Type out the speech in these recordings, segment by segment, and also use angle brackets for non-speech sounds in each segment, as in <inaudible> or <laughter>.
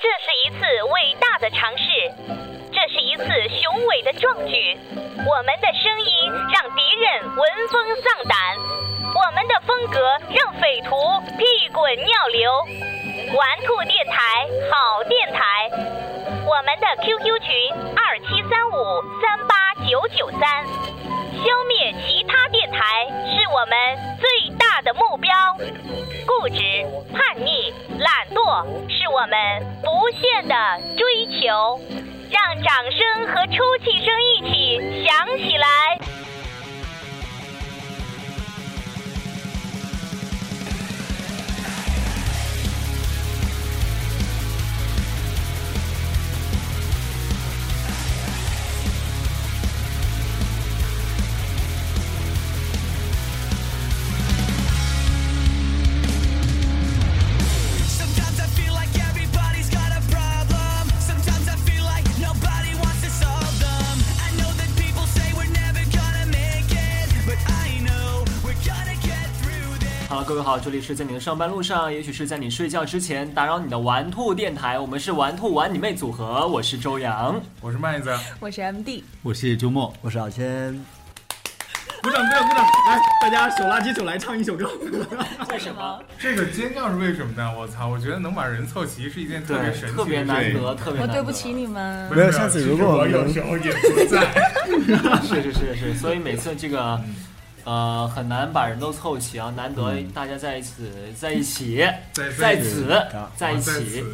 这是一次伟大的尝试，这是一次雄伟的壮举。我们的声音让敌人闻风丧胆，我们的风格让匪徒屁滚尿流。玩兔电台，好电台。我们的 QQ 群二七三五三八九九三，消灭其他电台是我们最大的目标。固执、叛逆、懒惰是我们不懈的追求。让掌声和抽泣声一起响起来。 Sometimes I feel like everybody's got a problem. Sometimes I feel like nobody wants to solve them. I know that people say we're never gonna make it, but I know we're gonna get through this. 好了，各位好，这里是在你的上班路上，也许是在你睡觉之前打扰你的玩兔电台，我们是玩兔玩你妹组合，我是周洋。我是麦子，我是 MD，我是周末，我是小千，鼓掌鼓掌鼓掌！来，大家手拉起手来唱一首歌。为什么？这个尖叫是为什么呢？我操，我觉得能把人凑齐是一件特别对，神奇的事情，特别难得，特别我难得。啊嗯对不起你们不。是。没有不是下次其实如果我我们有能时候也不在，是是是是，所以每次这个，呃，很难把人都凑齐啊，难得大家在一起，在一起，在在此此， <laughs> 在一哦起，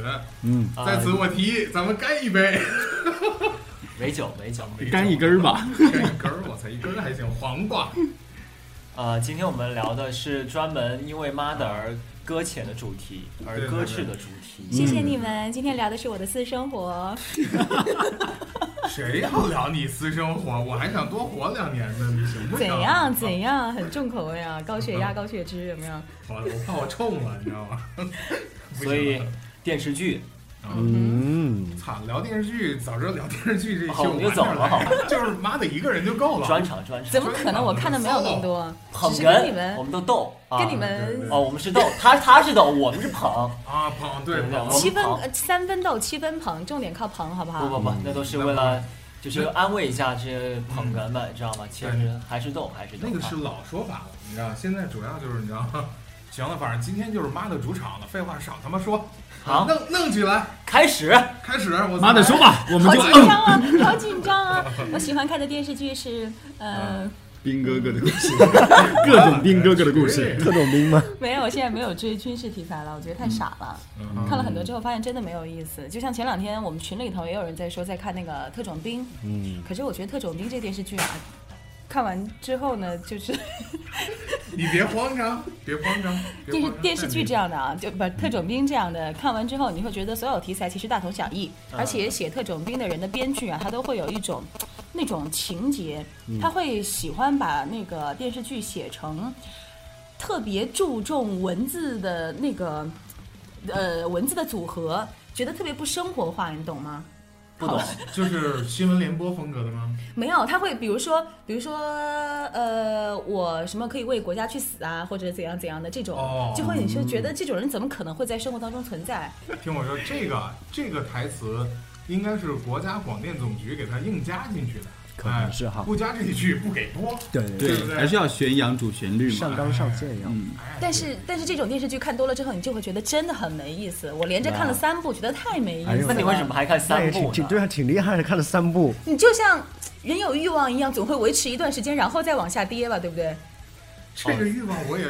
嗯，啊在此，我提议咱们干一杯，美酒，美酒。干一根儿吧，干一根儿，我操，一根儿还行，黄瓜，呃，今天我们聊的是专门因为 mother 而搁浅的主题，而搁置的主题。谢谢你们，今天聊的是我的私生活。谁要聊你私生活？我还想多活两年呢，你行不怎行？啊样怎样，很重口味啊，高嗯血压、高血脂有没有？啊我我怕我冲了，你知道吗？ <laughs> 不行所以了电视剧，嗯，操，聊电视剧，早知道聊电视剧这好就我们完就走事儿了好吧就是妈的一个人就够了。专场专场怎，么可能？我看的没有那么多，啊捧只是跟你哏，我们们都逗，啊跟你们哦，我们是逗，他他是逗，我们是捧，啊，捧对对对捧我们七分捧呃三分逗，七分捧，重点靠捧，好不不不好？不，嗯那都是为了就是安慰一下这些捧哏们，知道吗？其实对还是逗，还是逗。那个啊是老说法了，你知道，现在主要就是你知道，行了，反正今天就是妈的主场了，废话少他妈说，好弄弄起来，开始，开始，我操妈的说，吧，我们好就紧张啊，好紧张啊！我喜欢看的电视剧是，嗯呃，兵哥哥的故事，各种兵哥哥的 <laughs> 故事。特种兵吗？ <laughs> 没有，我现在没有追军事题材了，我觉得太傻了。看了很多之后，发现真的没有意思。就像前两天我们群里头也有人在说在看那个《特种兵》，嗯，可是我觉得《特种兵》这电视剧啊，看完之后呢，就是你别慌张，别慌张，别就慌是张电视剧这，站样的啊，就不特种兵这样的，看完之后你会觉得所有题材其实大同小异，而且写特种兵的人的编剧啊，他都会有一种那种情节，他会喜欢把那个电视剧写成特别注重文字的那个呃文字的组合，觉得特别不生活化，你懂吗？不懂，立 <laughs> 就是新闻联播风格的吗？没有，他会比如说，比如说，呃，我什么可以为国家去死啊，或者怎样怎样的这种，哦就会你就觉得这种人怎么可能会在生活当中存在？听我说，这个这个台词应该是国家广电总局给他硬加进去的，可能是哈哎不加这一句不给播，对对对嗯不，对还是要宣扬主旋律上嘛。纲上线一样。哎但是但是这种电视剧看多了之后，你就会觉得真的很没意思。我连着看啊了三部，觉得太没意思哎了。呦那你为什么？还看那三也部挺挺呢？对啊，挺厉害的，看了三部，你就像人有欲望一样，总会维持一段时间，然后再往下跌吧，对不对？这个欲望我也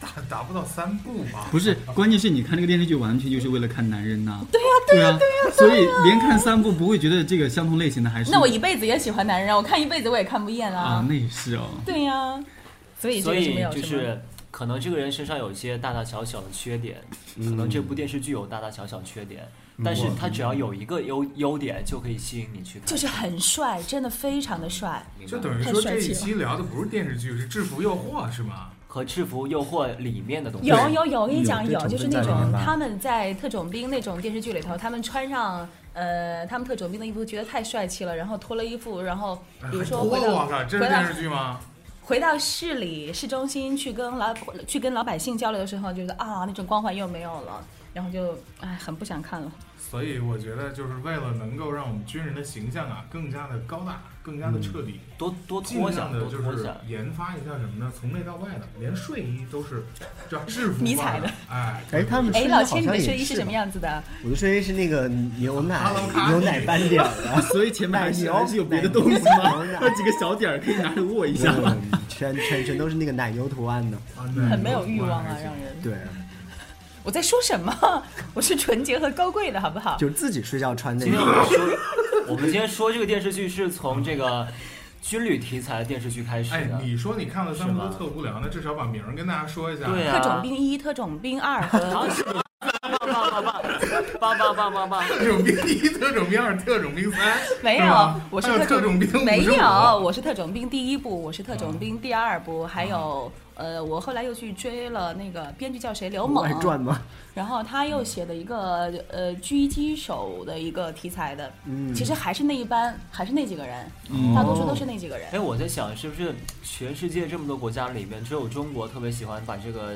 达达不到三步吧？不是，关键是你看这个电视剧完全就是为了看男人呐。对呀，啊对呀，啊所以连看三部不会觉得这个相同类型的还是那我一辈子也喜欢男人啊，我看一辈子我也看不厌啊啊。，那也是哦。对呀、所以这所个是没以有就什么。是可能这个人身上有一些大大小小的缺点，可能嗯这部电视剧有大大小小缺点，但是他只要有一个优优点就可以吸引你去看。就是很帅，真的非常的帅。就等于说这一期聊的不是电视剧，是制服诱惑是吗？和《制服诱惑》里面的东西。有有有，我跟你讲有有，这就种是在那里种面吧他们在特种兵那种电视剧里头，他们穿上呃他们特种兵的衣服，觉得太帅气了，然后脱了衣服，然后比如说哎脱回了到我靠，这回啊是到电视剧吗？回到市里市中心去跟老去跟老百姓交流的时候，就是啊那种光环又没有了，然后就哎很不想看了。所以我觉得就是为了能够让我们军人的形象啊更加的高大，更加的彻底，多嗯多尽脱下，量的多就脱是下。研发一下什么呢？从内到外的，连睡衣都 <laughs> 是叫制服迷化彩的，哎，哎，他们哎，睡衣老好千，像你的也睡衣是什么吧？样子的？我的睡衣是那个牛奶哈喽咖喱牛奶斑点的， <laughs> 所以前面还是奶油还是有别的 <laughs> 东西哎吗奶油？ <laughs> 那几个小点儿可以拿着握一下吗？嗯全全全都是那个奶油图案的。啊那很没有欲望我啊还，行让人。对，我在说什么？ <laughs> 我是纯洁和高贵的，好不好？就是自己睡觉穿那今天我们个。说，我们今天说这个电视剧是从这个军旅题材的电视剧开始哎的，，你说你看了三部是吧特无聊，那至少把名儿跟大家说一下。对特种啊，兵一、特种兵二和棒棒棒棒棒棒棒棒！ <laughs> 特种兵一、特种兵二、特种兵三，没是有吧，我是还有特种种兵没有， 55我是特种兵第一部，我是特种兵第二部，还有呃，我后来又去追了那个编剧叫谁刘外传猛，吗？然后他又写的一个呃狙击手的一个题材的，其实还是那一班，还是那几个人，大多数都是那几个人。哎，我在想，是不是全世界这么多国家里面，只有中国特别喜欢把这个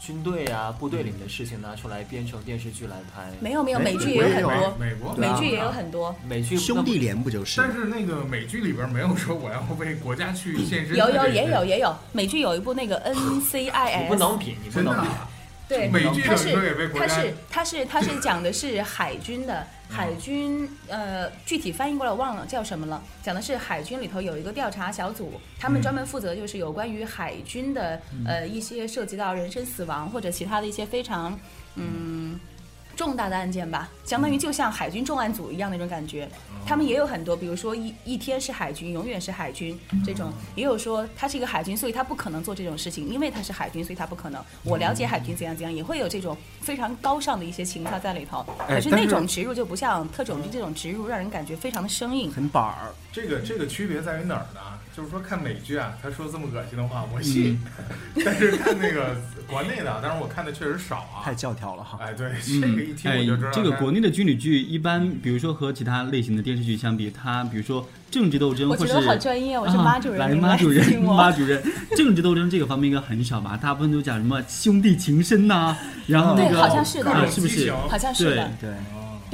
军队啊、部队里面的事情拿出来编成电视剧来拍？没有没有，哎美剧也我有也很有多，美国美剧也啊有很多。美剧兄弟，连不就是但？是那个美剧里边没有说我要为国家去献身，有有也有。也有，美剧有一部那个 NCIS，你不能比，你不真的能比。啊，对，美剧它有是时候也被国它家嗯是它是它是讲的是海军的海军呃具体翻译过来我忘了叫什么了，讲的是海军里头有一个调查小组，他嗯们专门负责就是有关于海军的呃一些涉及到人身死亡或者其他的一些非常嗯。重大的案件吧，相嗯当于就像海军重案组一样那种感觉。哦他们也有很多，比如说一一天是海军，永远是海军嗯这种，也有说他是一个海军，所以他不可能做这种事情，因为他是海军，所以他不可能。我了解海军怎样怎样，也会有这种非常高尚的一些情操在里头。哎可是但那是种植入就不像特种兵这种植入，让人感觉非常的生硬。很板儿，这个这个区别在于哪儿呢？就是说看美剧啊，他说这么恶心的话我信， <laughs> 但是看那个国内的，当然我看的确实少啊太。教条了哈。哎，对，这嗯，个一听我就知道哎它。这个国内的军旅剧一般，比如说和其他类型的电视剧相比，它比如说政治斗争，我或觉是得好专业，我是妈主啊、任，来你妈主任，听我妈主任， <laughs> 政治斗争这个方面应该很少吧？大部分都讲什么兄弟情深呐、 <laughs> 然后那对个好像是的啊，是不是？好像是的对。对，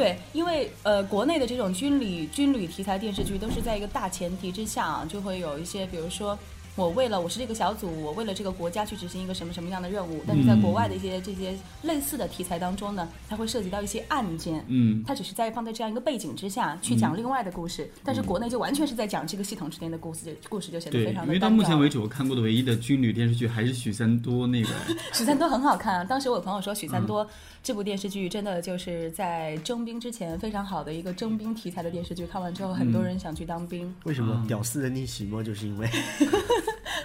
对，因为呃，国内的这种军旅军旅题材电视剧都是在一个大前提之下啊，就会有一些，比如说。我为了我是这个小组，我为了这个国家去执行一个什么什么样的任务，但是在国外的一嗯些这些类似的题材当中呢，它会涉及到一些案件，嗯它只是在放在这样一个背景之下去讲另外的故事，但是国内就完全是在讲这个系统之间的故事，故事就显得嗯对，非常的因为到目前为止，止，我看过的唯一的军旅电视剧还是许三多那个， <laughs> 许三多很好看啊。当时我有朋友说，许嗯三多这部电视剧真的就是在征兵之前非常好的一个征兵题材的电视剧，看完之后嗯很多人想去当兵。为什么屌丝的逆袭吗？就是 <laughs> 因为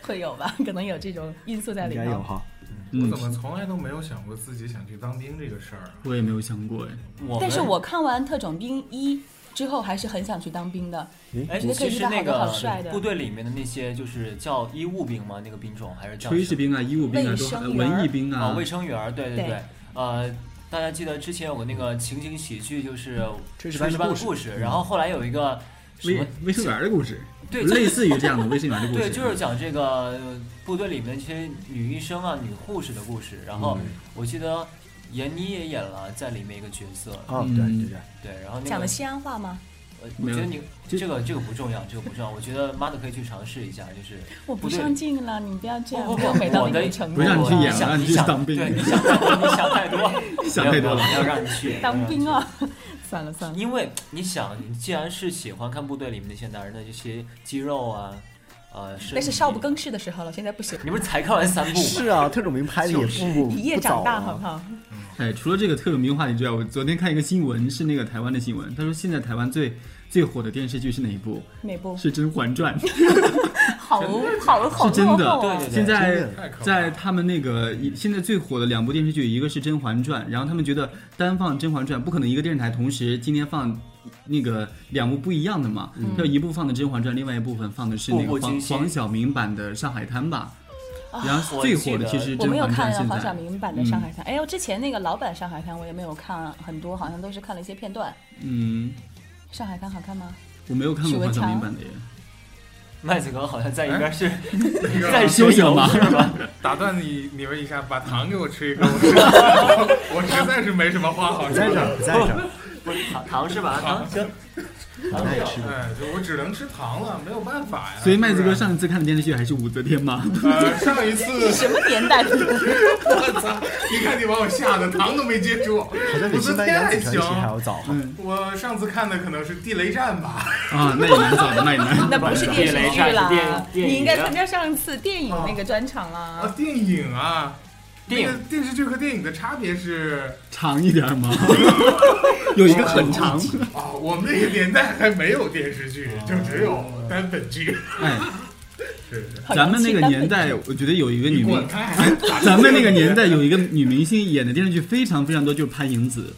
会有吧， <laughs> 可能有这种因素在应里该有头。哈。我嗯怎，么从来都没有想过自己想去当兵这个事儿 <laughs> 啊？我也没有想过哎。我们但是我看完《特种兵一》之后，还是很想去当兵的。哎，觉得可其以遇实到那好多个好帅的部队里面的那些就是叫医务兵吗？那个兵种还是叫炊什事么兵啊，医务兵啊，卫都生还员儿文艺兵啊，啊卫，生员儿，对对对对，呃，大家记得之前有个那个情景喜剧，就是《炊炊事事班班的的故事故事》，然后后来有一个什么嗯卫卫生员儿的故事， <laughs> 对类似于这样的卫生员儿的故事， <laughs> 对，嗯就是讲这个部队里面这些女医生啊、女护士的故事。然后嗯我记得闫妮也演了在里面一个角色，哦，嗯对对对，对，然后那讲个的西安话吗？呃我觉没有得你就这个这个不重要，这个不重要。我觉得妈的可以去尝试一下，就是我不部队上镜了，你不要这样，不不没有美到哦我那的个程不度。啊让你去演了，想让你去当兵。 <laughs> 对你想太多，你想太多，想太多了没有没有没有让你去当 <laughs> 兵！啊！算了算了，因为你想，你既然是喜欢看部队里面那些男人的这些肌肉啊，呃，身那是体少不，更事的时候了，现在不行。你们才看完三部 <laughs> 吗，是啊，特种兵拍的也不一夜不长早大，好不啊。好？哎，除了这个特种兵话题之外，我昨天看一个新闻，是那个台湾的新闻，他说现在台湾最最火的电视剧是哪一部？哪部？是《甄嬛传》， <laughs> 好好好是真落的后对啊对！对，现在真的太可怕了在他们那个现在最火的两部电视剧，一个是《甄嬛传》，然后他们觉得单放《甄嬛传》不可能一个电视台同时今天放那个两部不一样的嘛，嗯要一部放的《甄嬛传》，另外一部分放的是那步步个黄惊心黄晓明版的《上海滩》吧。然后我最记火的得其实《啊我甄没有嬛传看》现黄晓在，嗯明版的《上海滩》，哎呦，之前那个老版《上海滩》我也没有看很多，好像都是看了一些片段。嗯， 《上海滩》好看吗？ <laughs> 我没有看许过文黄晓强明版的耶。麦子哥好像在一边 <laughs> 是那个在休息了吗 <laughs> 是吧？ <laughs> 打断你你们一下，把糖给我吃一个，我实在 <laughs> 我实在是没什么话好不说在这的。儿，不在这儿，不是糖糖是 <laughs> 吧？糖行，糖我爱掉吃。哎，就我只能吃糖了，没有办法呀。所以麦子哥是上一次看的电视剧还是武则 <laughs> 天吗？不是 <laughs> 呃上一次，什么年代？ <laughs> 我操！你看你把我吓得，糖都没接住。好我像比西的班牙天子还传奇行。嗯还要早。啊我上次看的可能是地雷战吧，啊，那也蛮早的，那也蛮那不是电视剧啦，电影你应该参加上次电影那个专场啊，哦啦。电影啊，电那个影电视剧和电影的差别是长一点 <laughs> 吗？有一个很长，啊，我们那个年代还没有电视剧，哦就只有单本剧。哎，是是，咱们那个年代，我觉得有一个你女明滚，开！ <laughs> 咱们那个年代有一个女明星演的电视剧非常非常多，就是潘迎紫，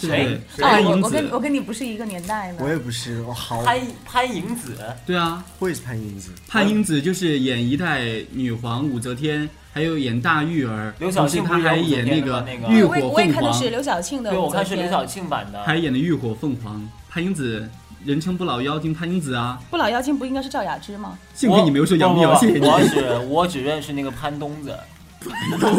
对不对谁？ <laughs> 哦，潘我迎我跟我紫，跟你不是一个年代我的。也不是，我好，哎潘潘迎紫，对啊，我也是潘英子，潘迎紫就是演一代女皇武则天，还有演大玉儿，刘晓庆庆不她是还演武则演天那的吗个那个浴我也火我也凤看的凰是，刘晓庆的对，我看是武刘则天晓庆版的。还演的浴火凤凰。潘迎紫，人称不老妖精潘迎紫啊，不老妖精不应该是赵雅芝吗？幸亏你没有说杨不幂瑶，不谢谢不你。我只我只认识那个潘东子，你看，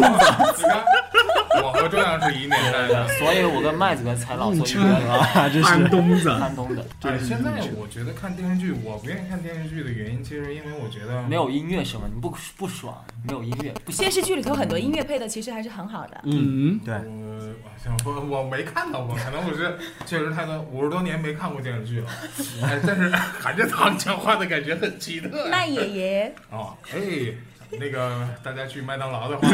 我和周洋是一年代嗯的。所以我跟麦子哥才老错一边了。这潘东子，啊潘东子哎，现在我觉得看电视剧，我不愿意看电视剧的原因，其实因为我觉得没有音乐是吗？你不不爽，没有音乐不行电。视剧里头很多音乐配的其实还是很好的。嗯，对，我我我没看到过，可能我是 <laughs> 确实太多五十多年没看过电视剧了，哎，但是含着糖讲话的感觉很奇特麦爷爷，哦，哎，那个大家去麦当劳的话，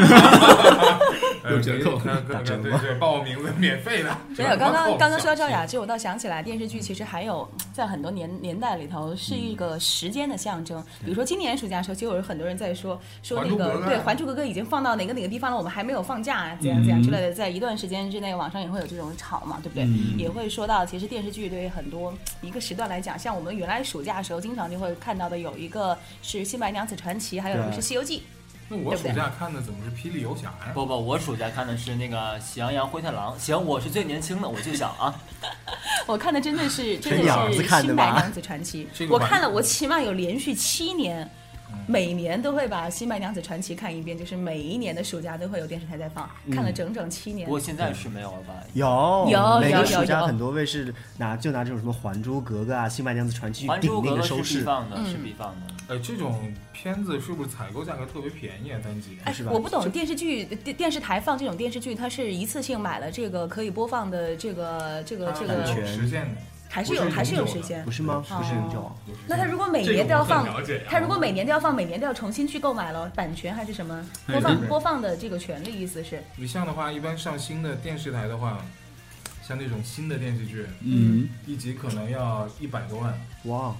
有折扣呃可以打折吗对对，报我名字免费的。 <laughs> 没有，刚刚刚刚说到赵雅芝，我倒想起来，电视剧其实还有在很多年年代里头是一个时间的象征。比如说今年暑假的时候，其实有很多人在说嗯说还那珠格个格对《啊嗯还珠格格》已经放到哪个哪个地方了，我们还没有放假啊，怎样怎样之类的，在一段时间之内，网上也会有这种吵嘛，对不对？嗯也会说到，其实电视剧对于很多一个时段来讲，像我们原来暑假的时候，经常就会看到的有一个是《新白娘子传奇》，还有一个是《西游记》。那我暑假看的怎么是霹雳游侠呀？不不，我暑假看的是那个《喜羊羊灰太狼》。行，我是最年轻的，我就想 <laughs> 啊，我看的真的 <laughs> 是真是鸟的儿是子《看的新白吧娘子传奇 <laughs> 这》，个我版看了，我起码有连续七年。每年都会嗯把《新白娘子传奇》看一遍，就是每一年的暑假都会有电视台在放，嗯看了整整七年不。过现在是没有了吧？有有每个有暑假有很多卫视拿就拿这种什么《还珠格格》啊，《新白娘子传奇《还》珠格顶那格个》是收必视，放的，嗯是必放的。哎，这种片子是不是采购价格特别便宜啊？单集？哎是吧，我不懂电视剧电电视台放这种电视剧，它是一次性买了这个可以播放的这个这个这它个，有时间的，还是有不是还是有永久时的间不。是吗？哦不是永久啊，那他如果每年都要这个我放很了解啊，他如果每年都要放，每年都要重新去购买了版权还是什么哎播放对播放的这个权利，意思是你像的话，一般上新的电视台的话，像那种新的电视剧，嗯，一集可能要一百多万，哇，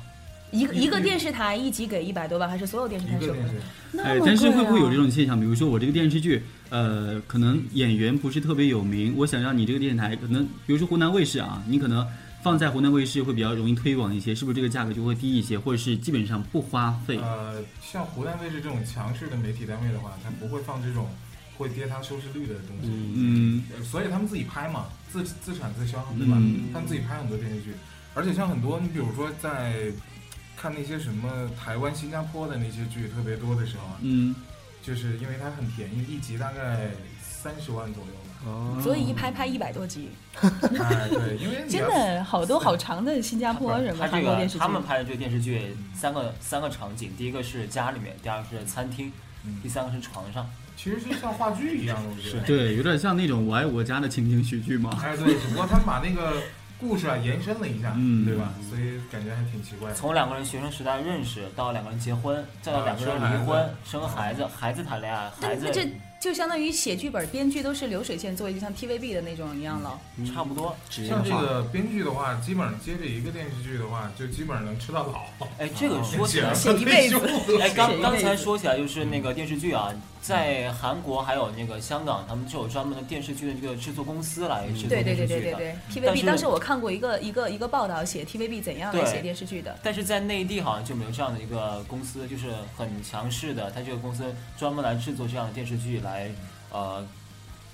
一个一一个一电视台一集给一百多万，还是所有电视台一嗯个是有电视。那哎么，但是贵会不会有啊这种现象？比如说我这个电视剧，呃，可能演员不是特别有名，我想让你这个电视台，可能比如说湖南卫视啊，你可能放在湖南卫视会比较容易推广一些，是不是这个价格就会低一些，或者是基本上不花费？呃，像湖南卫视这种强势的媒体单位的话，它不会放这种会跌它收视率的东西。嗯，呃所以他们自己拍嘛，自自产自销，对吧？嗯他们自己拍很多电视剧，而且像很多，你比如说在看那些什么台湾、新加坡的那些剧特别多的时候啊，嗯，就是因为它很便宜，一集大概三十万左右 <laughs> 吧。所哦以一拍拍一百多集，哎，对，因为你真要的好多好长的新加坡什么嗯 <laughs> 他韩这国个嗯电视剧他，们拍的这个电视剧，三个三个场景，第一个是家里面，第二个是餐厅，第三个是床上。其实就像话剧一样的，我觉得。对，有点像那种《我爱我家》的情景喜剧嘛。哎，对，只不过他们把那个故事啊延伸了一下，嗯对吧？所以感觉还挺奇怪的。从两个人学生时代认识，到两个人结婚，再到两个人离婚、嗯生孩子、孩子谈恋爱、那孩子那这就相当于写剧本、编剧都是流水线作业，就像 TVB 的那种一样了。差不多。职业像这化。个编剧的话，基本上接着一个电视剧的话，就基本上能吃到老。哎，这个说起写 <laughs> 来了，写一辈子 <laughs> 哎，谁刚那刚个才说起来就是那个电视剧啊，在韩国还有那个香港，他们是有专门的电视剧的这个制作公司来制作嗯对电对视剧对的。对对对但是，TVB 当时我看过一个一个一个报道，写 TVB 怎样来对写电视剧的。但是在内地好像就没有这样的一个公司，就是很强势的，它这个公司专门来制作这样的电视剧来，呃，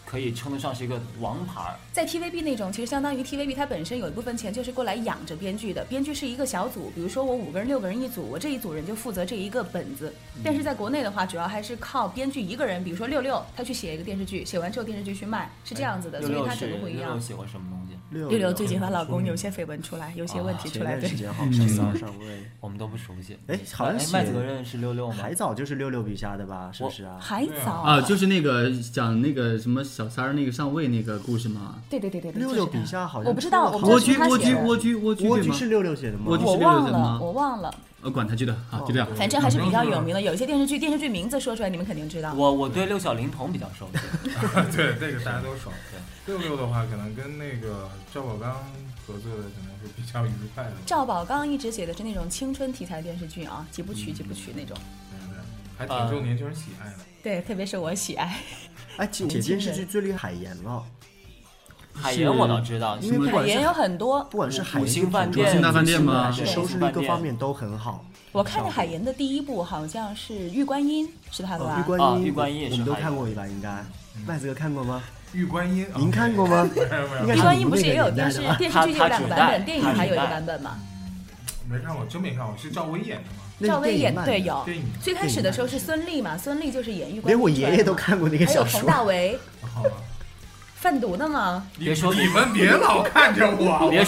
可以称得上是一个王牌儿。在 TVB 那种，其实相当于 TVB 它本身有一部分钱就是过来养着编剧的。编剧是一个小组，比如说我五个人、六个人一组，我这一组人就负责这一个本子。但是在国内的话，主要还是靠编剧一个人，比如说六六，他去写一个电视剧，写完之后电视剧去卖，是这样子的，六呃所以哎六它是整个不一六样六。喜欢什么东西？六啊六六最近和老公有些绯闻出来，有些问题出前来，段对时。间好嗯像上上位，我们都不熟悉。嗯哎好像哎是麦子哥认识六六吗？海藻就是六六笔下的吧？是不是啊？海藻啊，就是那个讲那个什么小三儿那个上位那个故事吗？对对对对对，六就是六他笔下好像我不知道，我出不了知道是好蜗居他蜗写居的蜗居蜗居蜗对居吗是？六六写的吗？蜗居我是六六忘的了，吗我忘了，呃，管他去的啊，就这样。反正还是比较有名的。有一些电视剧，电视剧名字说出来你们肯定知道。我我对六小龄童比较熟悉。对，这个大家都熟。六六的话，可能跟那个赵宝刚合作的可能是比较愉快的。赵宝刚一直写的是那种青春题材电视剧啊，几部曲几部曲那种，对对，还挺受年轻人喜爱的。嗯对，特别是我喜 <laughs> 爱。哎，姐年轻姐电视人剧最厉害海岩了，海岩我倒知道，因为不管海是岩有很多，不管是海五岩星饭店五星大饭店吗还是对收视五星率饭各店方面都很好。我看的海岩的第一部好像是《玉观音》，是他的哦，吧玉？观啊音，玉观音也我们是嗯都海看岩过吧？应该，麦子哥看过吗？玉观音，啊您看过 <laughs> 吗？啊吗？没有没有应没有玉该是观你音们不是那个也有年电代的视吧电视剧有两个版他他本，电影还有一他只带个版本嘛？没看过，真没看过，是赵薇演的吗？那是赵薇电影演版对的有电影，最开始的时候是孙俪嘛，孙俪就是演玉观音 <laughs> 连我出来爷爷的都嘛，看过那个还有小佟说。大为好吧。贩毒的嘛，别说你们别老看着我， <laughs> 别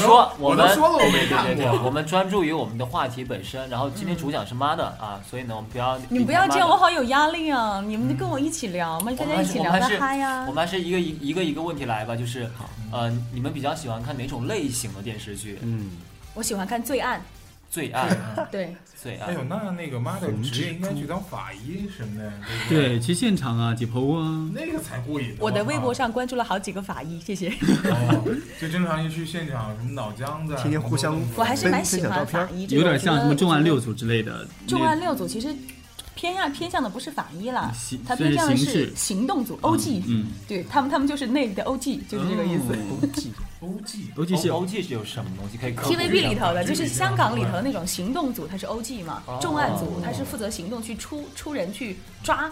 说，我都我们都说了我没对对看对对，我过。们专注于我们的话题本身。然后今天主讲是妈的啊，所以呢，我们不要你们不要这样，我我好有压力啊！你们就跟我一起聊嘛，大们家还一是起我聊们还的是嗨呀我们还是一个一一个一个问题来吧，就是呃，你们比较喜欢看哪种类型的电视剧？嗯，我喜欢看《罪案最爱》，对，最哎爱呦，，那那个妈的职业应该去当法医什么的，对不对？对，去现场啊，解剖啊，那个才过瘾呢。我的微博上。上关注了好几个法医，谢谢。哦，就经常一去现场，什么脑浆子啊，天天互相什么都 <laughs> 我还是蛮喜欢法医这个，有点像什么重案六组。组之类的。重案那六组其实偏向偏向的不是法医啦行，它偏向的算是是刑事行动组 OG，嗯，对他们他们就是内里的 OG，就是这个意思。哦欧记，尤其是 O G 是有什么东西可以科普一下 TVB 里头的，这个就是香港里头的那种行动组，它是 OG 嘛哦；重案组它是负责行动去出出人去抓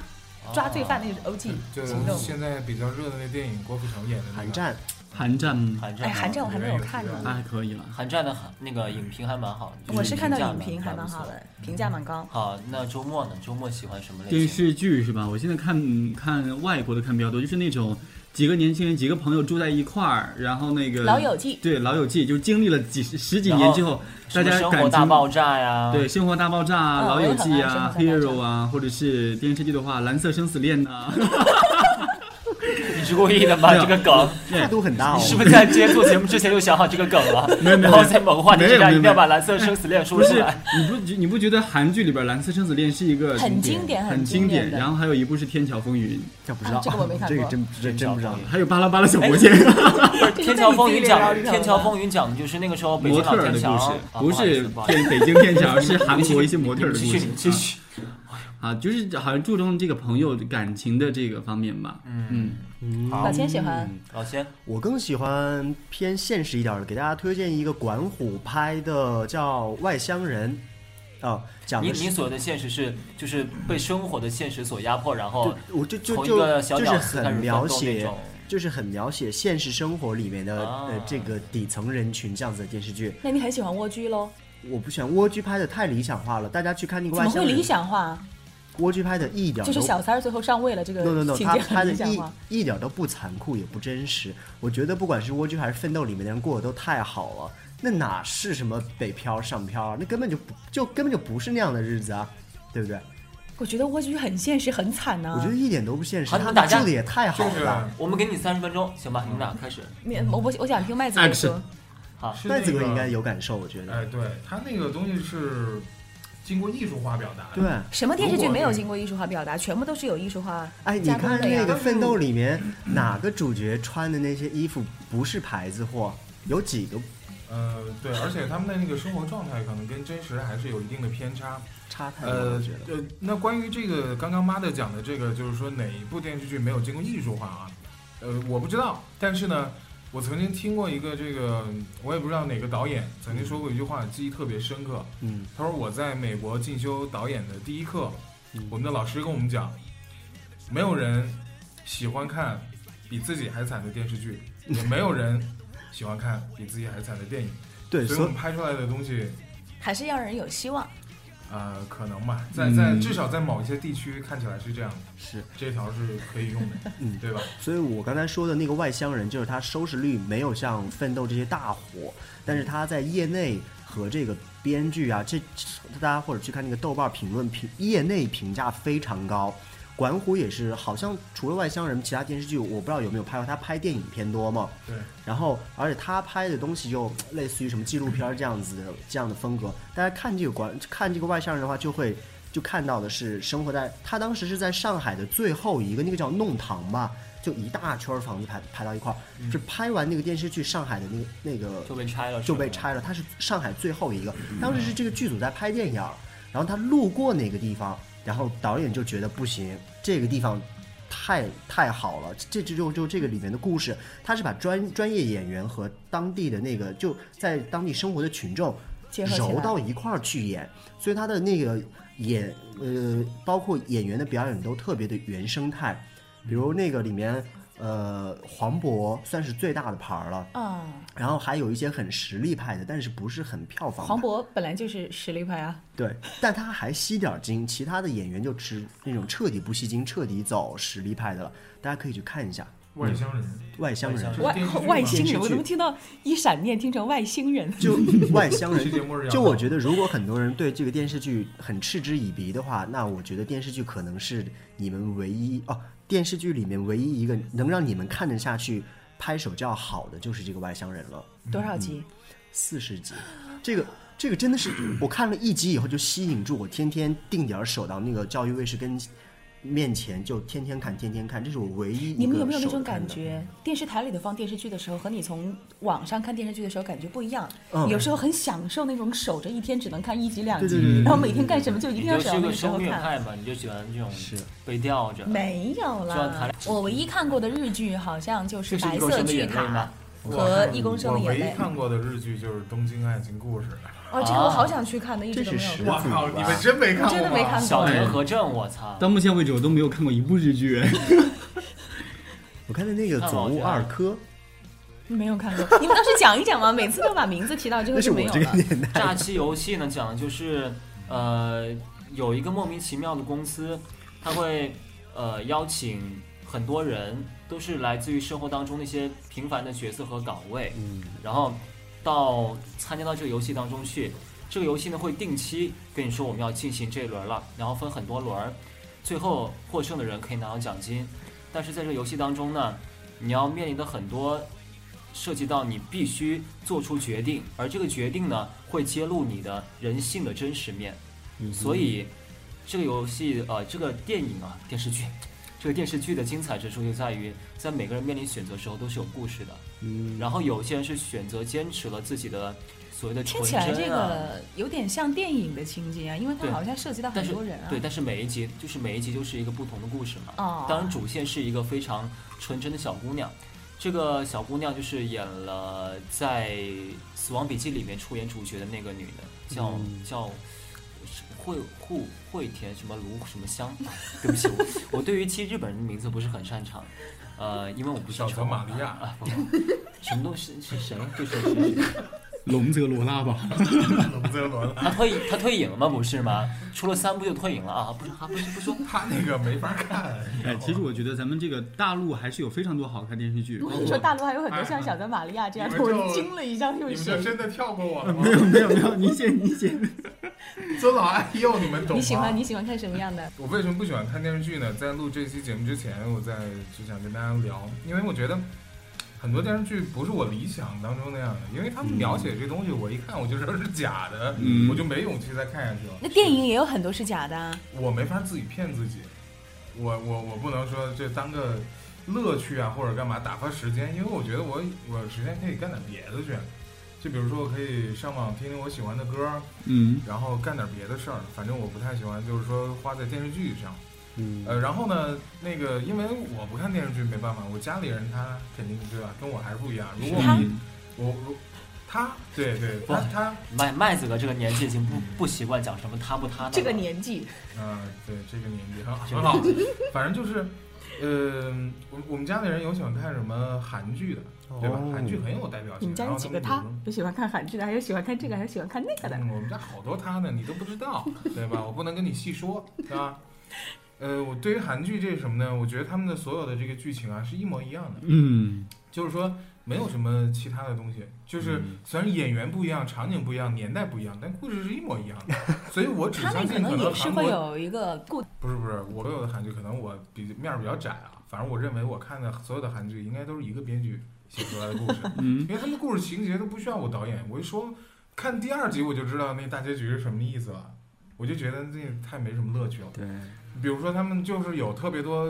哦抓罪犯，那就是 OG 就行动。现在比较热的那电影，郭富城演的那个韩，战韩战韩战哎，吗，韩战我还没有看呢。还可以了。韩战的那个影评还蛮好的，就我是看到评价影评还蛮不错好的，评价蛮高。好，那周末呢？周末喜欢什么类型？电视剧是吧？我现在看看外国的看比较多，就是那种几个年轻人、几个朋友住在一块儿，然后那个老友记对《老友记》，就是经历了几十十几年之后，什大么家生感活情大爆炸呀，对《生活大爆炸》啊，嗯老友记》啊，《我也很爱生活大爆炸 Hero》啊，或者是电视剧的话，《蓝色生死恋》啊 <laughs> 呐，你是故意的吗？没有啊这个梗，跨度很大哦你。是不是在今天做节目之前就想好这个梗了？没有没然有后在某个话题之没有没有上一定要把蓝色生死恋不 <laughs> 说出是来。，你不觉你不觉得韩剧里边《蓝色生死恋》是一个很经典很很经典典？的然后还有一部是《天桥风云这不知道，啊这个我 <laughs> 没看过这个真这真不知道。》，还有《巴拉巴拉小魔仙》不 <laughs> 是《天桥风云》这讲，个在你自己的聊里头吗天桥风云》讲的就是那个时候哎北模京特老儿的天故桥，事，啊不好意是思不好意思天北京天桥，是韩国一些模特儿 <laughs> 的故继续事你。继续，啊，就是好像注重这个朋友感情的这个方面吧。嗯，老千喜欢老先我更喜欢偏现实一点儿的，给大家推荐一个管虎拍的叫《外乡人》，哦，讲你的你是。所谓的现实是就是被生活的现实所压迫，然后对，我就就从一就个小就屌是丝开很始描奋斗那写种，就是很描写现实生活里面的啊呃这个底层人群这样子的电视剧。那你很喜欢蜗居喽？我不喜欢蜗居拍的太理想化了，大家去看那个怎外么乡会人理，想化？蜗居拍的一点儿就是都小三儿最后上位了，这个 no no no，情他节拍很的理想化。一一点都不残酷，也不真实。我觉得不管是蜗居还是奋斗里面的人过得都太好了，那哪是什么北漂上漂啊？那根本就不就根本就不是那样的日子啊，对不对？我觉得蜗居很现实，很惨呐、我觉得一点都不现实，好他们大家住的也太好就了是吧。我们给你三十分钟，行吧？你们俩开始。面我我我想听麦子哥说 Action，好，是麦那子哥个应该，有感受，我觉哎，得。对他那个东西是经过艺术化表达的，对，什么电视剧没有经过艺术化表达，全部都是有艺术化哎，你加工看的那呀。个《奋嗯斗》里面哪个主角穿的那些衣服不是牌子货？有几个呃，对，而且他们的那个生活状态可能跟真实还是有一定的偏差。差太多了？呃我觉得。呃，那关于这个刚刚妈的讲的这个，就是说哪一部电视剧没有经过艺术化啊？呃，我不知道，但是呢，我曾经听过一个这个，我也不知道哪个导演曾经说过一句话，记忆特别深刻。嗯，他说我在美国进修导演的第一嗯课，我们的老师跟我们讲，没有人喜欢看比自己还惨的电视剧，也没有人喜欢看比自己还惨的电影。对，所以我所们拍出来的东西，还是让人有希望。呃，可能吧，在在嗯至少在某一些地区看起来是这样的，是这条是可以用的，嗯对吧？所以我刚才说的那个外乡人，就是他收视率没有像《奋斗》这些大火，但是他在业内和这个编剧啊，这大家或者去看那个豆瓣评论评，业内评价非常高。管虎也是，好像除了外乡人，其他电视剧我不知道有没有拍过，他拍电影偏多嘛。对，嗯然后，而且他拍的东西又类似于什么纪录片儿这样子的这样的风格。大家看这个关看这个外向人的话，就会就看到的是生活在他当时是在上海的最后一个那个叫弄堂吧，就一大圈儿房子排排到一块儿。就拍完那个电视剧，上海的那个那个嗯就被拆了，就被拆了。他是上海最后一个，当时是这个剧组在拍电影儿，然后他路过那个地方，然后导演就觉得不行，这个地方太太好了，这这就就这个里面的故事，他是把专专业演员和当地的那个就在当地生活的群众结合起来揉到一块儿去演，所以他的那个演呃，包括演员的表演都特别的原生态，比如那个里面。呃，黄渤算是最大的牌儿了，嗯，然后还有一些很实力派的，但是不是很票房派。黄渤本来就是实力派啊，对，但他还吸点儿金，其他的演员就吃那种彻底不吸金、彻底走实力派的了。大家可以去看一下外乡人， 《外乡人》外乡人外电视剧嘛外星人，我怎电视么剧听到一闪念听成外星人？ <laughs> 就外乡世界末日人，要就我到觉得，如果很多人对这个电视剧很嗤之以鼻的话，那我觉得电视剧可能是你们唯一哦，电视剧里面唯一一个能让你们看得下去、拍手叫好的，就是这个《外乡人》了。多少集？四十集，这个这个真的是我看了一集以后就吸引住我，天天定点儿守到那个教育卫视跟面前，就天天看，天天看，这是我唯一一个你们有没有那守种着看感的？觉？电视台里头放电视剧的时候，和你从网上看电视剧的时候感觉不一样。嗯有时候很享受那种守着一天只能看一集两集，对对对对然后每天干什么就一你定要就守是到一那个个时生候虐看。派嘛，你就喜欢这种是被吊着，没有就像谈啦恋，我唯一看过的日剧好像就是就《是白一公色升的巨眼泪塔吗》和《一公升我的眼唯泪一》。看过的日剧就是《东京爱情故 <laughs> 事哦，这个我好想去看的，一直这都是没有实看。话哇靠，你们真没看过？真的没看过小田和正，我操！到目前为止，我都没有看过一部日剧。哎 <laughs> 我看的那个《看了总我务觉得二科》，哦没有看过，你们倒是讲一讲嘛！每次都把名字提到之后那是就我没有这个了。<laughs> 年代。诈欺游戏呢，讲的就是呃，有一个莫名其妙的公司，它会呃邀请很多人，都是来自于生活当中那些平凡的角色和岗位，嗯，然后到参加到这个游戏当中去。这个游戏呢会定期跟你说我们要进行这一轮了，然后分很多轮儿，最后获胜的人可以拿到奖金。但是在这个游戏当中呢，你要面临的很多涉及到你必须做出决定，而这个决定呢会揭露你的人性的真实面。所以这个游戏呃，这个电影啊，电视剧。这个电视剧的精彩之处就在于，在每个人面临选择时候都是有故事的。嗯，然后有些人是选择坚持了自己的所谓的听纯起真啊，来这个有点像电影的情节啊，因为它对好像涉及到但很是多人啊。对，但是每一集就是每一集就是一个不同的故事嘛。哦当然主线是一个非常纯真的小姑娘，这个小姑娘就是演了在《死亡笔记》里面出演主角的那个女的，叫、嗯叫。是惠户惠田什么卢什么香，对不起，我我对于记日本人的名字不是很擅长，呃，因为我不是小泽城玛利亚啊，不不什么东西是谁？对谁谁谁？龙泽罗拉吧，龙泽罗拉，他退他退隐了吗？不是吗？出了三部就退隐了啊！不是，还不是不说，他那个没法看。哎，其实我觉得咱们这个大陆还是有非常多好看电视剧。如果你说大陆还有很多像小泽玛利亚这样的，哎你们就我惊了一下，你又们是就谁？真的跳过我了吗没？有没有没有，你先你先。尊老爱幼，你们懂吗？你喜欢你喜欢看什么样的？我为什么不喜欢看电视剧呢？在录这期节目之前，我在就想跟大家聊，因为我觉得很多电视剧不是我理想当中那样的，因为他们描写这东西，我一看我就知道是假的，嗯我就没勇气再看下去了。那电影也有很多是假的 <laughs> 啊，我没法自己骗自己，我我我不能说这当个乐趣啊，或者干嘛打发时间，因为我觉得我我有时间可以干点别的去，就比如说我可以上网听听我喜欢的歌，嗯然后干点别的事儿，反正我不太喜欢，就是说花在电视剧上。嗯呃，然后呢，那个因为我不看电视剧，没办法，我家里人他肯定对吧，跟我还是不一样。如果他嗯，我我他对对，不他他麦麦子哥这个年纪已经不不习惯讲什么他不他的了啊这个年纪嗯、对这个年纪很好很好，反正就是呃，我我们家里人有喜欢看什么韩剧的，对吧？韩剧很有代表性。你们家有几个然后他们有？有喜欢看韩剧的，还有喜欢看这个，还有喜欢看那个的。嗯，我们家好多他呢，你都不知道，对吧？我不能跟你细说，对吧？呃，我对于韩剧这是什么呢？我觉得他们的所有的这个剧情啊是一模一样的，嗯，就是说没有什么其他的东西，就是虽然演员不一样、场景不一样、年代不一样，但故事是一模一样的。所以我只他相们可信能也能是韩会国有一个固不是不是，我所有的韩剧可能我比面儿比较窄啊，反正我认为我看的所有的韩剧应该都是一个编剧写出来的故事，嗯因为他们故事情节都不需要我导演，我一说看第二集我就知道那大结局是什么意思了，我就觉得这太没什么乐趣了。对，比如说他们就是有特别多，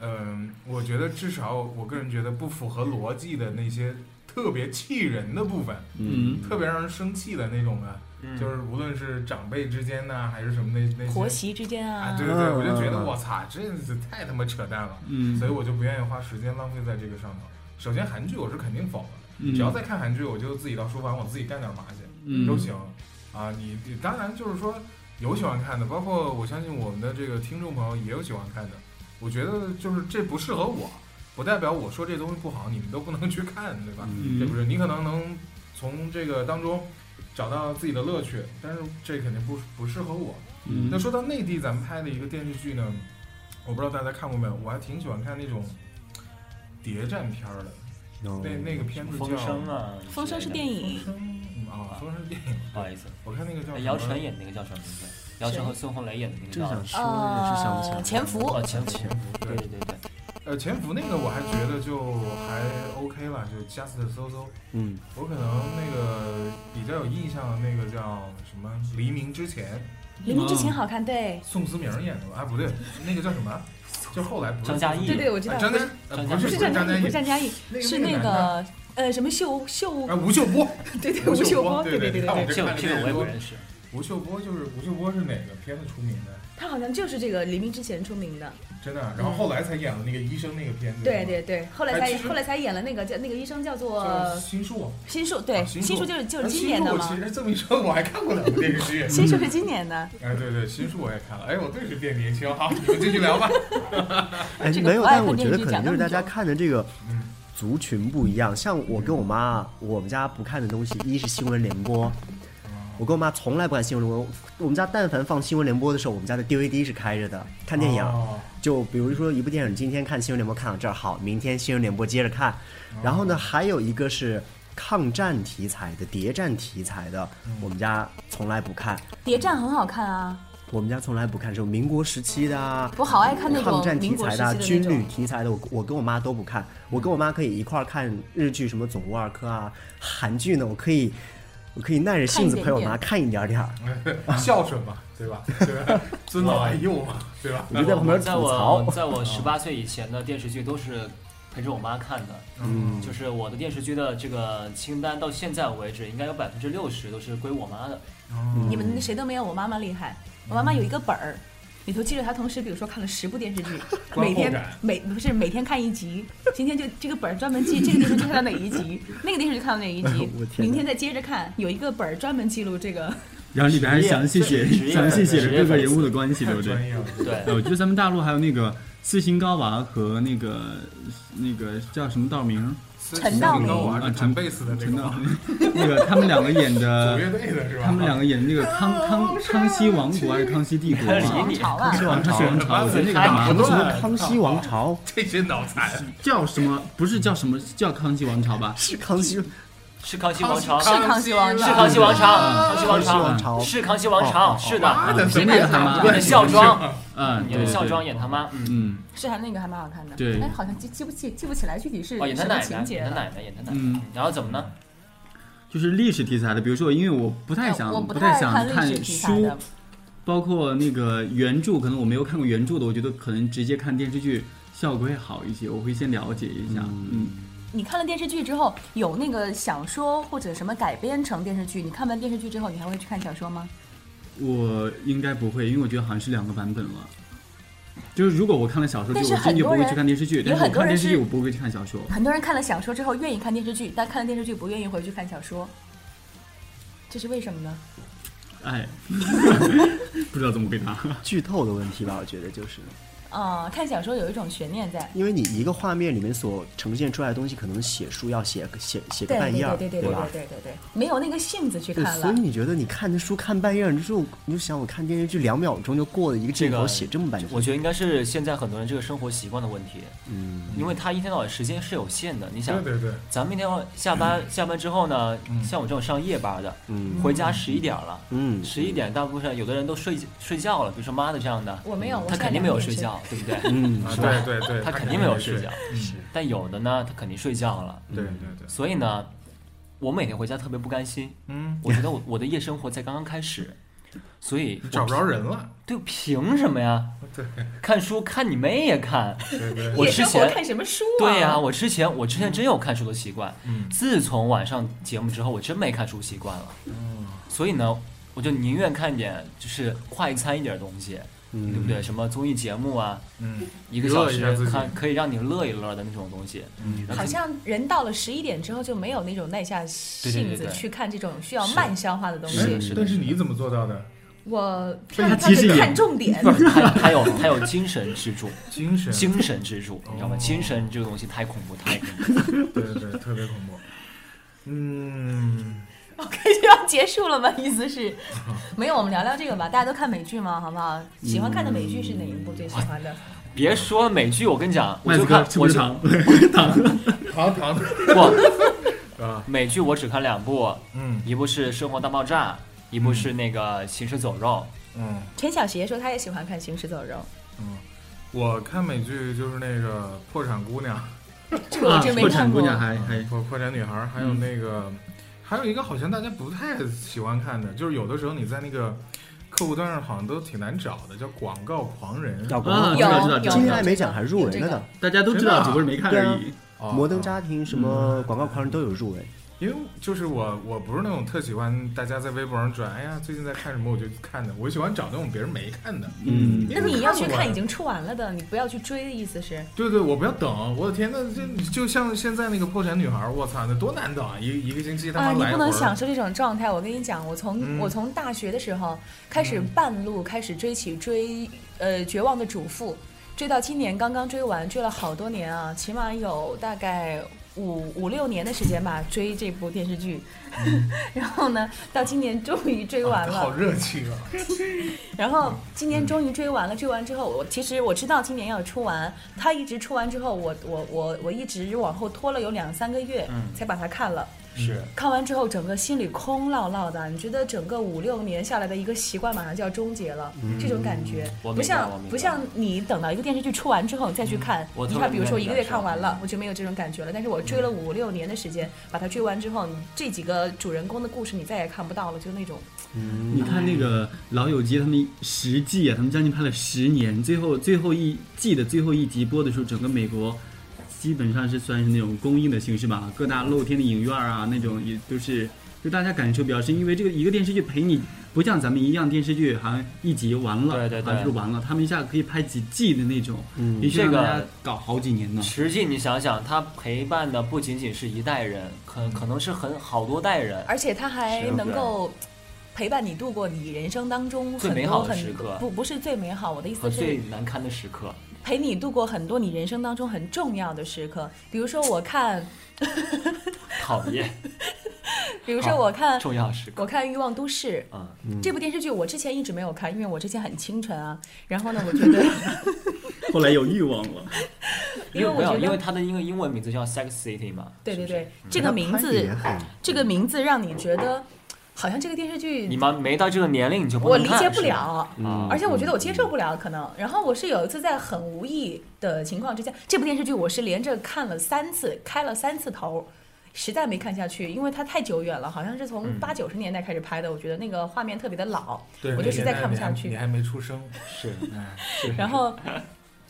嗯、我觉得至少我个人觉得不符合逻辑的那些特别气人的部分，嗯，特别让人生气的那种的，嗯就是无论是长辈之间呐、还是什么那那婆些。媳之间啊，啊对，对对，我就觉得嗯我操，真是太他妈扯淡了，嗯所以我就不愿意花时间浪费在这个上头。首先，韩剧我是肯定否的，嗯只要再看韩剧，我就自己到书房，我自己干点嘛去嗯都行。啊，你你当然就是说有喜欢看的，包括我相信我们的这个听众朋友也有喜欢看的。我觉得就是这不适合我，不代表我说这东西不好，你们都不能去看，对吧？嗯这不是你可能能从这个当中找到自己的乐趣，但是这肯定不不适合我。那嗯说到内地咱们拍的一个电视剧呢，我不知道大家看过没有，我还挺喜欢看那种谍战片儿的，哦那那个片子叫《风声》啊，风声是电影，影风，声嗯啊，风声是电影，不好意思，我看那个叫什么哎姚晨演的那个叫什么名字？姚晨和孙红雷演的那个正叫想说也是想不起呃，来，潜伏哦，潜伏，潜伏，对对对对，呃潜伏那个我还觉得就还 OK 了，就 Just So So。嗯，我可能那个比较有印象的那个叫什么《黎明之前》，黎明之嗯前好看，对，宋思明演的吧？啊，不对，那个叫什么？就后来不是张嘉译对对，我知啊道，张嘉呃张嘉不不是是不是张张嘉嘉译，译不是张嘉译，那个是那那个男的个呃什么秀秀啊，，吴秀波。 <laughs> 对对，吴吴秀秀波波，对对对对对看我这对对，这个这个我也不认识，吴秀波就是吴秀波是哪个片子出名的？他好像就是这个黎明之前出名的，真的啊，然后后来才演了那个医生那个片子。嗯对对对，后来哎才其实后来才演了那个叫那个医生叫做叫心术。新树，呃对，啊新术树就是就是哎今年的新术我嘛其，实这么一说，我还看过两部电视剧。新树是今年的，哎，对对，心术我也看了。哎，我顿时变年轻。好，你们继续聊 <laughs> 吧。哎，这个没有，不爱但我看觉电得视可剧能讲就是那大么家久看的这个啊嗯族群不一样。像我跟我妈，我们家不看的东西，一是新闻联哦播。我跟我妈从来不看新闻联播，我们家但凡放新闻联播的时候，我们家的 DVD 是开着的，看电影。哦就比如说一部电影，今天看新闻联播看到这儿好，明天新闻联播接着哦看。然后呢，还有一个是抗战题材的、谍战题材的，嗯我们家从来不看。谍战很好看啊，我们家从来不看，什么民国时期的啊，我好爱看那抗种战题民国材时期的啊、的军那旅种。题材的，我我跟我妈都不看。我跟我妈可以一块儿看日剧，什么《总务二课》啊，韩剧呢，我可以，我可以耐着性子陪我妈看一点点儿，孝顺嘛，对吧？对吧？尊老爱幼嘛，对吧？我嗯就在旁边吐在槽哦我。在我十八岁以前的电视剧都是陪着我妈看的，嗯就是我的电视剧的这个清单到现在为止，应该有百分之六十都是归我妈的。你们谁都没有我妈妈厉害，我妈妈有一个本儿。里头记着她同时，比如说看了十部电视剧，观每后天感每不是每天看一集，今天就这个本儿专门记这个电视剧看到哪一集，那个电视剧看到哪一集我，天哪明天再接着看，有一个本儿专门记录这个。然后里边还详细写职业详细写职了业各个粉丝人物的关系，对太不对专？业了。啊 <laughs> 对，呃，我觉得咱们大陆还有那个四星高娃和那个那个叫什么道明陈道明啊，啊，是弹贝斯的那陈道个，明， <laughs> 那个他们两个演主的乐，队的是吧？他们两个演的那个康康康熙王国还是康熙帝国是嘛？王 <laughs> 朝啊，王朝，王朝，我觉得那个打什不么什断么康熙王朝，这些脑残，叫什么？不是叫什么？叫康熙王朝吧？是康熙是康熙王朝，是康熙王是朝，康熙王朝，康熙王康熙朝，王朝，哦是康熙王朝，是的，的，谁演他妈你的孝庄，嗯，你对的对孝庄对，演他妈，嗯，嗯是还那个还蛮好看的。对哎，好像记记不记记不起来具体是哦，演他什么奶情奶，节演他了。奶奶，演他奶奶嗯。然后怎么呢？就是历史题材的，比如说，因为我不太想，呃我不太爱想看历史看题材书的，，包括那个原著，可能我没有看过原著的，我觉得可能直接看电视剧效果会好一些，我会先了解一下。嗯，你看了电视剧之后，有那个小说或者什么改编成电视剧，你看完电视剧之后，你还会去看小说吗？我应该不会，因为我觉得好像是两个版本了。就是如果我看了小说剧，但是我真的很不多会人去看电视剧；有但是我很多看人电视剧，是我不会去看小说。很多人看了小说之后愿意看电视剧，但看了电视剧不愿意回去看小说，这是为什么呢？ <laughs> 哎，不知道怎么回答。 <laughs> 剧透的问题吧，我觉得就是呃，看小说有一种悬念在。因为你一个画面里面所呈现出来的东西，可能写书要写个写写个对半对页儿，对对对对吧？对对对，没有那个性子去对，看所以了。你觉得你看那书看半页儿，你就说你就想我看电视剧两秒钟就过了一个这镜头，个写这么半天，我觉得应该是现在很多人这个生活习惯的问题。嗯，因为他一天到晚时间是有限的，你想， <laughs> 对对对咱们一天到晚下班下班之后呢，像我这种上夜班的，嗯回家十一点了， <laughs> 嗯十一点大部分有的人都睡睡觉了，比如说妈的这样的，我没有我他现在肯定没有两点睡睡 <laughs> 觉，对不对？嗯，啊是吧？对对对，他肯定定没有也睡是觉，嗯但有的呢，他肯定睡觉了，对对对，所以呢，我每天回家特别不甘心，嗯，我觉得我我的夜生活才刚刚开始，所以找不我着人了，对，凭什么呀？对看书看你妹也 <laughs> 看，对对，我夜之生活前看什么书啊？对呀、我之前我之前真有看书的习惯，嗯自从晚上节目之后，我真没看书习惯了，嗯所以呢，我就宁愿看点就是快餐一点的东西，嗯对不对？什么综艺节目啊，嗯，一个娱乐小一时下自己看可以让你乐一乐的那种东西，嗯，好像人到了十一点之后就没有那种耐下性对对子对去看这种需要慢消化的东是西的。是的哎但是你怎么做到的？我被他看提看示得你看重点，它它有它有精神支 <laughs> 柱，精神，精神支柱，你知道吗？啊哦精神这个东西太恐怖，太恐怖。对对对，特别恐怖。 <laughs> 嗯， <laughs> OK 就要结束了吗？ <laughs> 意思 <laughs> 是，没有，我们聊聊这个吧。大家都看美剧吗？好不嗯好？喜欢看的美剧是哪一部最喜欢的？哎别说美剧，我跟你讲，我麦就子看哥吃我不就是糖，糖， <laughs> 糖啊糖的，不 <laughs> 啊，美剧我只看两部，嗯一部是《生活大爆炸》，一部是那个《行尸走肉嗯陈小邪说他也喜欢看《行尸走肉嗯，我看美剧就是那个《破产姑娘》，》，啊这个我真没啊破看产姑过。娘哎还还破破产女孩，还嗯有那个，还有一个好像大家不太喜欢看的，就是有的时候你在那个客户端上好像都挺难找的，叫《广告狂人》。要哦不啊，有知道知道有知今天道还，没奖还入围有了这个呢，大家都知真的道，啊只不过是没看而已。哦摩登家庭》什么广告狂人都有入围，因为就是我，我不是那种特喜欢大家在微博上转，哎呀，最近在看什么我就看的，我喜欢找那种别人没看的。嗯，别那人你要过去的看已经出完了的，你不要去追的意思是？对对，我不要等，我的天，那这就像现在那个破产女孩，我操，那多难等啊！一一个星期他啊，妈你来不一能回儿享受这种状态。我跟你讲，我从、嗯我从大学的时候开始半路开始追起追呃《绝望的主妇》，追到今年刚刚追完，追了好多年啊，起码有大概五五六年的时间吧，追这部电视剧。 <laughs> 然后呢，到今年终于追完了。好热嗯嗯情啊！然后今年终于追完了，追完之后，我其实我知道今年要出完，它一直出完之后，我我我我一直往后拖了有两三个月，嗯才把它看了。嗯是看完之后，整个心里空落落的，你觉得整个五六年下来的一个习惯马上就要终结了，这种感觉嗯我明白不像我明白嗯不像你等到一个电视剧出完之后你再去看，我你特看别比如说明一白个月这看种完了，我就没有这种感觉了。但是我追了五六年的时间，把它追完之后，你这几个主人公的故事你再也看不到了，就那种你看那个《老友记》，他们十季啊，他们将近拍了十年，最后最后一季的最后一集播的时候，整个美国基本上是算是那种公映的形式吧，各大露天的影院啊，那种也都是就大家感受比较深，因为这个一个电视剧陪你不像咱们一样电视剧好像一集完了，对对对好像就是完了，他们一下可以拍几季的那种，嗯也许让这个大家搞好几 <laughs> 年呢》，。实际你想想，他陪伴的不仅仅是一代人，可可能是很好多代人。而且它还是能对够陪伴你度过你人生当中最很美多好的很时刻不不是最美好，我的意和思最是难堪的时刻，陪你度过很多你人生当中很重要的时刻。比如说我看，讨 <laughs> 厌比如说我看，重要时刻我看《欲望都市》嗯，这部电视剧，我之前一直没有看，因为我之前很清纯啊。然后呢，我觉 <laughs> 得后来有欲望了，因为我没有，觉得因为它的一个英文名字叫 Sex City 嘛，对对是不嗯是对，，这个名字也，很这个名字让你觉得好像这个电视剧你妈没到这个年龄你就不我能理看解不是吧了，嗯而且我觉得我接受不了可能。然后我是有一次在很无意的情况之下，这部电视剧我是连着看了三次，开了三次头。实在没看下去，因为它太久远了，好像是从嗯八九十年代开始拍的，我觉得那个画面特别的老，对，我就实在看不你下还你去。还没出生， <laughs> 是哎， <laughs> 然后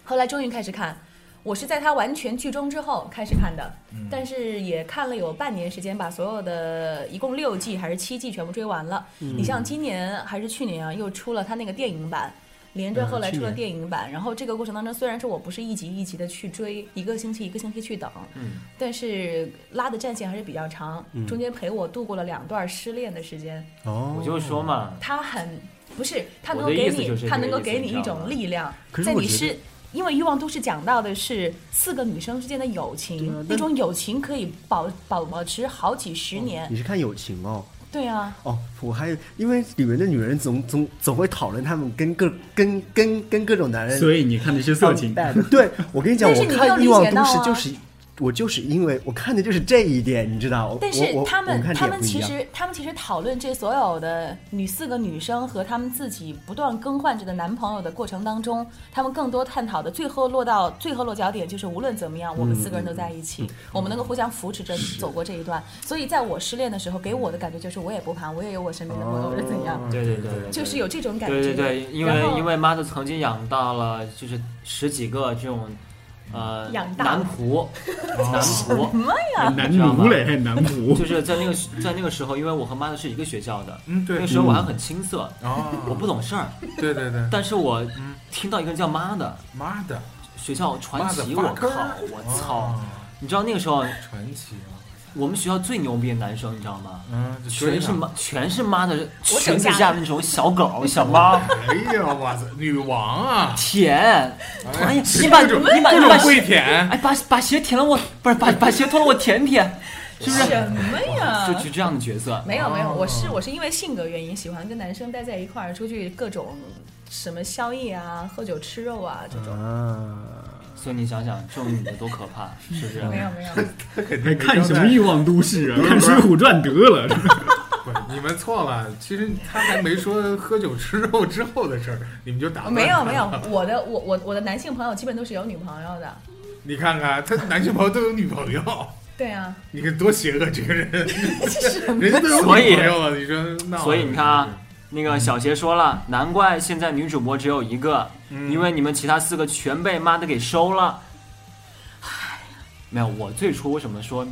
后来终于开始看，我是在它完全剧终之后开始看的，但是也看了有半年时间，把所有的一共六季还是七季全部追完了。你像今年还是去年啊，又出了它那个电影版。连着后来出了电影版，然后这个过程当中，虽然说我不是一集一集的去追，一个星期一个星期去等，嗯，但是拉的战线还是比较长，中间陪我度过了两段失恋的时间，哦，我就说嘛，他很不是，他能我够的给意思就是你，这他个能够意思给你你知道一种吗力量可，是在我你觉得失因为《欲望都市》讲到的是四个女生之间的友情，啊那种友情可以保保保持好几十年。嗯你是看友情哦。对啊，哦，我还因为里面的女人总总总会讨论他们跟各跟跟跟各种男人所以你看的是色情 I'm，bad 对我跟你讲，但是我你没有看《理欲望解都市到》啊就是我就是因为我看的就是这一点，你知道？我但是我我他我们看他点们不一其样。实他们其实讨论这所有的女四个女生和她们自己不断更换着的男朋友的过程当中，他们更多探讨的最后落到最后落脚点就是无论怎么嗯样，我们四个人都在一起，我们能够互相扶持着走过这一段。所以在我失恋的时候，给我的感觉就是我也不怕，我也有我身边的朋友，或者怎嗯样，对对哦对对，对就是有这种感觉。对对对，因然为后因为妈的曾经养大了就是十几个这种呃养大男仆，哦男啊仆，哎男奴嘞，还男仆，就是在那个在那个时候，因为我和妈的是一个学校的，嗯，对那个时候我还很青涩，啊 <laughs> 我哦，不懂事儿，对对对，但是我听到一个叫妈的妈的，学校传奇，我靠，我操！哦，你知道那个时候传奇啊，我们学校最牛逼的男生，你知道吗？嗯，就追全是上，妈，全是妈的裙我手子下下面那种小狗、小猫，哎呀，哇塞，女王啊，舔， <laughs> 哎呀，你把各种你把各你种把跪舔，哎，把把鞋舔了我，不是把把鞋脱了我舔舔，是不是？什么呀？就就这样的角色， <laughs> 没有没哦有，我是我是因为性格原因喜欢跟男生待在一块儿，出去各种什么宵夜啊、喝酒吃肉啊这种。啊，所以你想想，这种女的多可怕，是不是？ <laughs> 没有没有，还看哎什么欲望都 <laughs> 市啊？看《水浒传》得了，不是，你们错了，其实他还没说喝酒吃肉之后的事儿，你们就打断没他有了没有，我的我我我的男性朋友基本都是有女朋友的。你看看他男性朋友都有女朋友，对啊， <laughs> 你看多邪恶这个人，是人家都有女所以朋友了，你说那所以你看啊，那个小杰说了，难怪现在女主播只有一个，因为你们其他四个全被妈的给收了。没有，我最初为什么说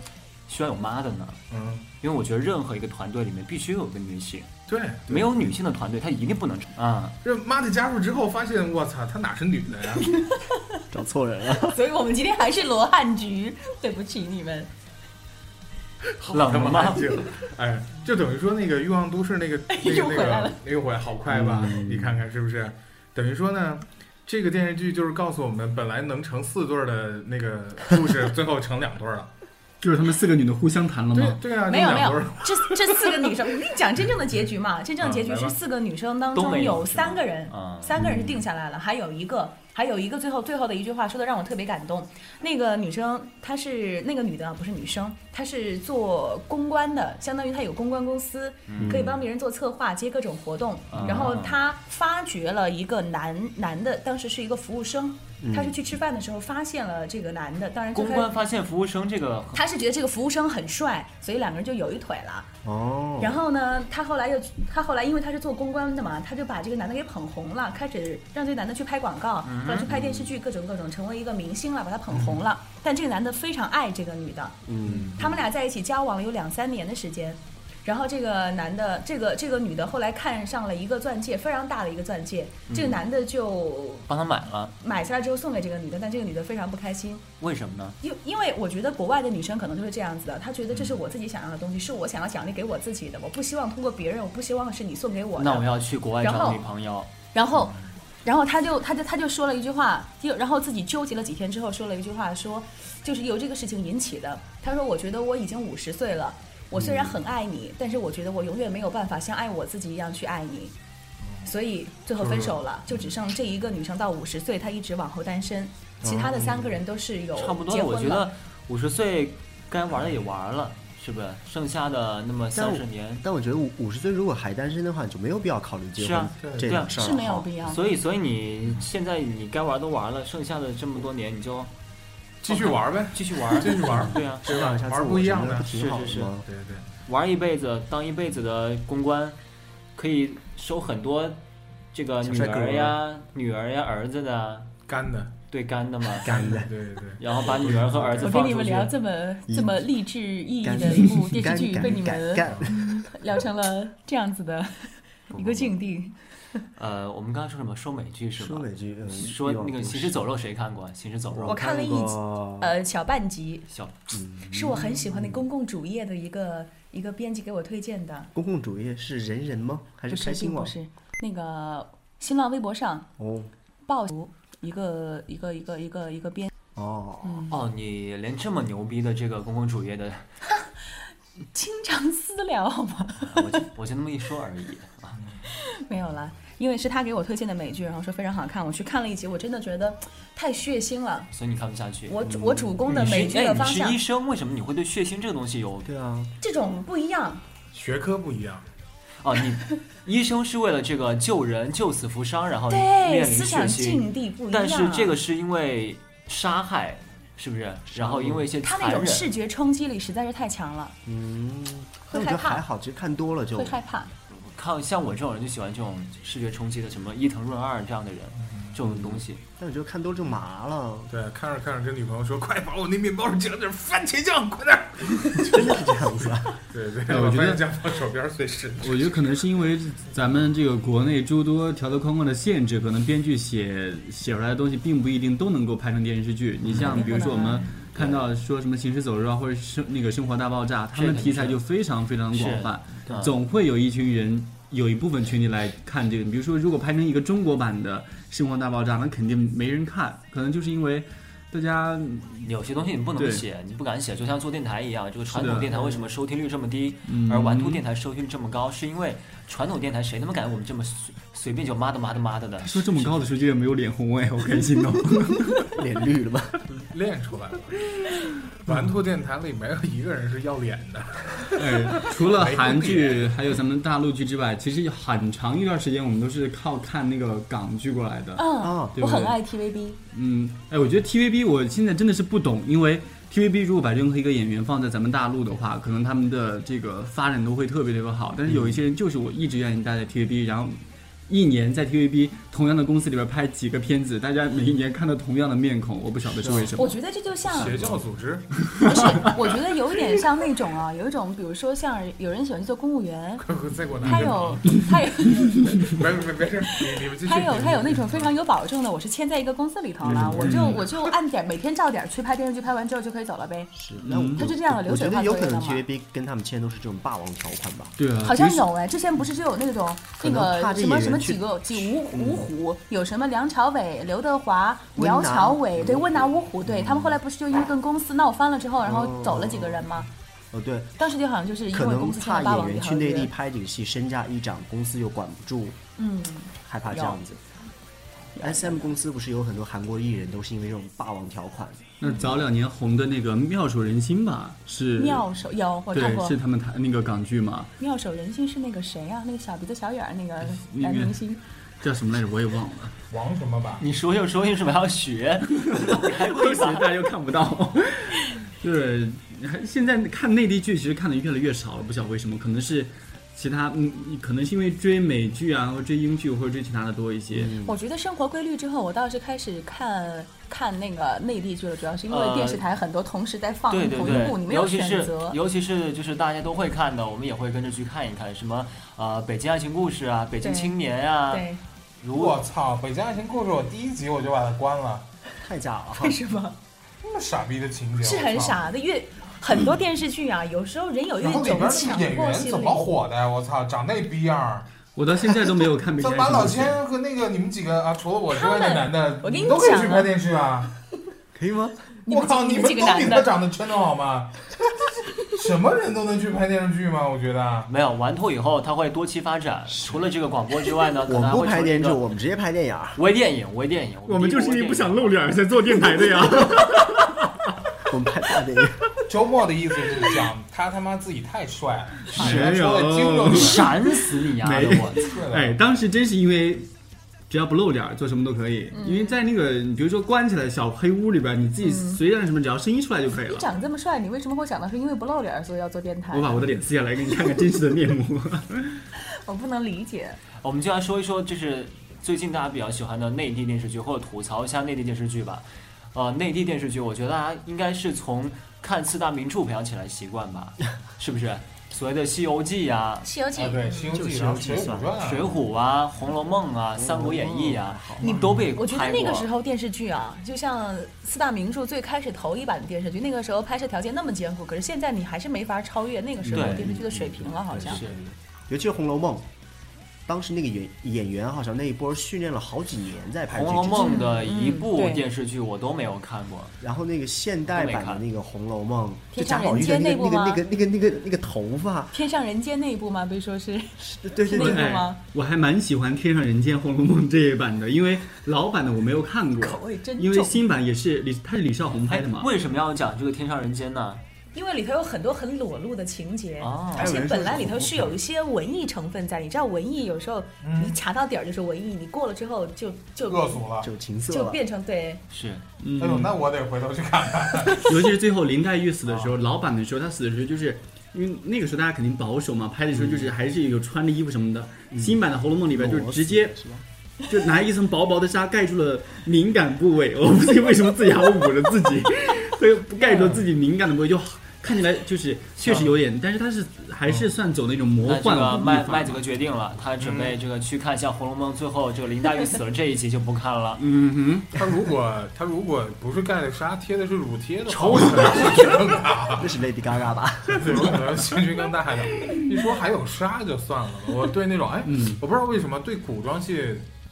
需要有妈的呢？嗯，因为我觉得任何一个团队里面必须有个女性，对，没有女性的团队，它一定不能成啊、这妈的加入之后发现，我操，她哪是女的呀？找错人了。 <laughs> 所以我们今天还是罗汉局，对不起你们。他冷妈吗安？静，哎，就等于说那个《欲望都市》那个那哎又个那回来个了那个回来好快吧？嗯你看看是不是？等于说呢，这个电视剧就是告诉我们，本来能成四对儿的那个 <laughs> 故事，最后成两对儿了。 <laughs> 就是他们四个女的互相谈了对吗？对啊，没有就没两有对儿，这这四个女生，我跟你讲真正的结局嘛，真正的结啊局来吧是四个女生嗯当都中没有有是吗三个人啊，三个人是定下来了，还有一个。还有一个最后最后的一句话说的让我特别感动，那个女生她是那个女的啊不是女生，她是做公关的，相当于她有公关公司，嗯可以帮别人做策划、接各种活动。然后她发掘了一个男男的，当时是一个服务生，她是去吃饭的时候发现了这个男的，当然嗯最公开关发现服务生这个她是觉得这个服务生很帅，所以两个人就有一腿了。哦，然后呢，她后来又，她后来因为她是做公关的嘛，她就把这个男的给捧红了，开始让这个男的去拍广告，嗯后来去拍电视剧，各种各种，成为一个明星了，把她捧红了。但这个男的非常爱这个女的，嗯，他们俩在一起交往了有两三年的时间。然后这个男的，这个这个女的后来看上了一个钻戒，非常大的一个钻戒，这嗯个男的就帮他买了，买下来之后送给这个女的，但这个女的非常不开心，为什么呢？因因为我觉得国外的女生可能就是这样子的，她觉得这是我自己想要的东西，是我想要奖励给我自己的，我不希望通过别人，我不希望是你送给我那我的。要去国外然找后女朋友，然后，然后她就她就她就说了一句话，就然后自己纠结了几天之后说了一句话，说就是由这个事情引起的。她说：“我觉得我已经五十岁了，我虽然嗯很爱你，但是我觉得我永远没有办法像爱我自己一样去爱你。”所以最后分手了，就只剩这一个女生到五十岁，她一直往后单身，其他的三个人都是有差不多结了。我婚了。觉得五十岁该玩的也玩了，是不是？剩下的那么但三我十年，但我觉得五五十岁如果还单身的话，你就没有必要考虑结是婚啊这对啊种事儿了。是没有必要。所以，所以你现在你该玩都玩了，剩下的这么多年你就继续玩呗，继续玩，继续玩对啊，培养一下玩自儿我不一什么样的啊不挺好是是的吗？对对。玩一辈子，当一辈子的公关，可以收很多这个女小帅哥啊儿呀、女儿呀、儿子的干的，对干 <laughs> 的嘛，干的对对对，然后把女儿和儿子我放跟出去。你们聊这么嗯这么励志意义干的一部电视干剧，干被你干们 <laughs> 干聊成了这样子的一个境地。呃，我们刚刚说什么？说美剧是吧？说美剧，嗯，说那个《行尸实走肉》谁看过？《啊行尸走肉我》看了一集集，呃，小半集小嗯是我很喜欢的公共主业的一个一个编辑给我推荐的，公共主义是人人吗？还不开是心并网不？是那个新浪微博上哦，爆竹一个一个一个一个一个编。哦，嗯哦，你连这么牛逼的这个公共主义的，经常私聊好吗？ <laughs> <laughs> 我就我就那么一说而已啊。没有啦，因为是他给我推荐的美剧，然后说非常好看，我去看了一集，我真的觉得太血腥了。所以你看不下去。我主我主攻的你是美剧的方哎，你向是医，生，为什么你会对血腥这个东西有？对啊，这种不一样。学科不一样，哦，你医生是为了这个救人、救死扶伤，然后对，嗯面思临血想境腥，地不一样。啊但是这个是因为杀害，是不是？然后因为一些他残那忍种，视觉冲击力实在是太强了，嗯，会但我害觉得怕还好，其实看多了就会害怕。啊看像我这种人就喜欢这种视觉冲击的，什么伊藤润二这样的人，嗯这种东西。但我觉得看多了就麻了， <laughs> 对，看着看着跟女朋友说，快把我那面包上加点番茄酱，快点儿。真的是这样子啊。 <laughs> 对对，对把我觉番得茄酱放手边儿随时。我觉得可能是因为咱们这个国内诸多条条框框的限制，可能编剧写写出来的东西并不一定都能够拍成电视剧。你像比如说我们看到说什么《行尸走肉》啊，或者是那个《生活大爆炸》，他们题材就非常非常广泛是对，总会有一群人。有一部分群体来看这个，比如说，如果拍成一个中国版的《生活大爆炸》，那肯定没人看，可能就是因为大家有些东西你不能对写，你不敢写，就像做电台一样，这个传统的电台为什么收听率这么低，而玩兔电台收听率这么高，是因为传统电台谁他妈敢我们这么随随便就妈的妈的妈的的？说这么高的数据也没有脸红哎，我开心哦。脸绿了吧？ <laughs> 练出来了。玩兔电台里没有一个人是要脸的， <laughs> 哎，除了韩剧，还有咱们大陆剧之外，其实有很长一段时间我们都是靠看那个港剧过来的。嗯哦，对我不很对爱 TVB，嗯，哎，我觉得 TVB 我现在真的是不懂，因为 TVB 如果把任何一个演员放在咱们大陆的话，可能他们的这个发展都会特别特别好。但是有一些人就是我一直愿意待在 TVB，然后。一年在 TVB 同样的公司里边拍几个片子，大家每一年看到同样的面孔，我不晓得是为什么。我觉得这就像邪教组织。不是，我觉得有一点像那种啊，有 <laughs> 一种比如说像有人喜欢去做公务员，快快再给我嗯拿他一个 <laughs> 毛有他巾，没没有没事，你你们继续。他有他有那种非常有保证的，我是签在一个公司里头嗯了，我就我就按点每天照点去拍电视剧，拍完之后就可以走了呗。是，那嗯我他就这样的流我觉水化得有作业可了能嘛。 TVB 跟他们签都是这种霸王条款吧。对啊，好像比如说有哎，之前不是就有那种那嗯可能怕个这什么演什么员去嗯几个几五五虎，有什么梁朝伟、刘德华、苗温拿嗯侨伟，对，温拿五虎，对他们后来不是就因为跟公司闹翻了之后，然后走了几个人吗？哦，对，当时就好像就是因可为能公司签怕了霸王演与员豪去内地杰，拍几个戏，身价一涨，公司又管不住，嗯，害怕这样子。S M 公司不是有很多韩国艺人都是因为这种霸王条款，那早两年红的那个《妙手仁心》吧，是妙手有我看对，过是，他们台那个港剧嘛，妙手仁心是那个谁啊？那个小鼻子小眼儿那个那嗯男个明星，叫什么来着？我也 <laughs> 忘了。王什么吧？你说又说，为什么还要学？你还会所以吧？大家又看不到。对，还现在看内地剧其实看的越来越少了，不晓得为什么，可能是其他，嗯，可能是因为追美剧啊，或追英剧，或者追其他的多一些。嗯我觉得生活规律之后，我倒是开始看看那个内地剧了，主要是因为呃电视台很多同时在放对同对一部，你对，没有尤其选是择。尤其是就是大家都会看的，我们也会跟着去看一看，什么呃《北京爱情故事》啊，《北京对青年》啊，对，如我操！《北京爱情故事》我第一集我就把它关了，太假了哈为。什么？那么傻逼的情节，是很我操。傻的，越很多电视剧啊，有时候人有一然后种里边那个强演迫员心怎理么。火的呀？我操，长那逼样儿！我到现在都没有看《<laughs> 北京怎么爱把老情故事千和那个你们几个啊，除了我之外的他们男的，我跟你都可以讲去啊拍电视啊！可以吗？你我们几靠，你们们都几比个男他的，长得真的好吗？ <laughs> 什么人都能去拍电视剧吗？我觉得。没有玩透以后，它会多期发展。除了这个广播之外呢，可能我们还不会拍成电一视剧，个我们直接拍电影儿，微电影，微电影。我们第一部就是因为微不电想影露脸儿才做电台的 <laughs> 呀。我们拍大电 <laughs> 影。周末的意思是 <laughs> 讲他他妈自己太帅了，谁除了精有肉之外闪死你啊丫没的！我操对了哎，当时真是因为只要不露脸儿，做什么都可以。嗯因为在那个你比如说关起来的小黑屋里边儿，你自己随便什么，只要声音出来就可以嗯你了。长这么帅，你为什么会想到是因为不露脸儿所以要做电台我？把我的脸撕下来给你看看真实的面目。我不能理解。我们就来说一说，就是最近大家比较喜欢的内地电视剧，或者吐槽一下内地电视剧吧。呃，内地电视剧，我觉得大家应该是从看四大名著培养起来习惯 <laughs> 吧，是不是？所谓的《西游记》啊、《西游记啊，对，《西游就记》是然后《西水游记浒传算》嗯啊， 《水浒》啊，《红楼梦》啊，《三国演义》啊，你都被我觉得拍那过个。时候电视剧啊，就像四大名著最开始头一版的电视剧，那个时候拍摄条件那么艰苦，可是现在你还是没法超越那个时候对电视剧的水平了，好像。是尤其是《红楼梦》，当时那个演演员好像那一波训练了好几年在《拍这红个楼剧。梦》的一嗯部对电视剧我都没有看过，然后那个现代版的那个《红楼梦》，就天贾上宝人玉的间那那个部吗那个那个那个那个那个头发，天上人间那一部吗？不是说是 <laughs> 对对对是那对，个吗哎我还蛮喜欢《天上人间》《红楼梦》这一版的，因为老版的我没有看过，口味真重因为新版也是李，他是李少红拍哎的嘛，。为什么要讲这个《天上人间》呢？因为里头有很多很裸露的情节，哦而且本来里头是有一些文艺成分在。你知道文艺有时候你卡到点儿就是文艺，你过了之后就就恶俗了。就情色就了。变成对是嗯哎呦，那我得回头去看看。 <laughs> 尤其是最后林黛玉死的啊时候，老版的时候，她死的时候就是。因为那个时候大家肯定保守嘛，拍的时候就是还是有穿着衣服什么的。新版的《红楼梦》里边就是直接嗯是吧 <laughs> 就拿一层薄薄的纱盖住了敏感部位， <laughs> 我不知道为什么自己还要捂着自 <laughs> 己，所以不盖住自己敏感的部位，就看起来就是确实有啊点，但是他是还是算走那种魔那这幻个的。麦麦子哥决定了，他准备这个去看一下《红楼梦》，最后这个林黛玉死了这一集就不看了嗯他如果他如果不是盖的纱，贴的是乳贴的话，丑我可能兴趣更大，那是 Lady Gaga 吧？对，我可能兴趣更大一点。一说还有纱就算了吧，我对那种哎，嗯我不知道为什么对古装戏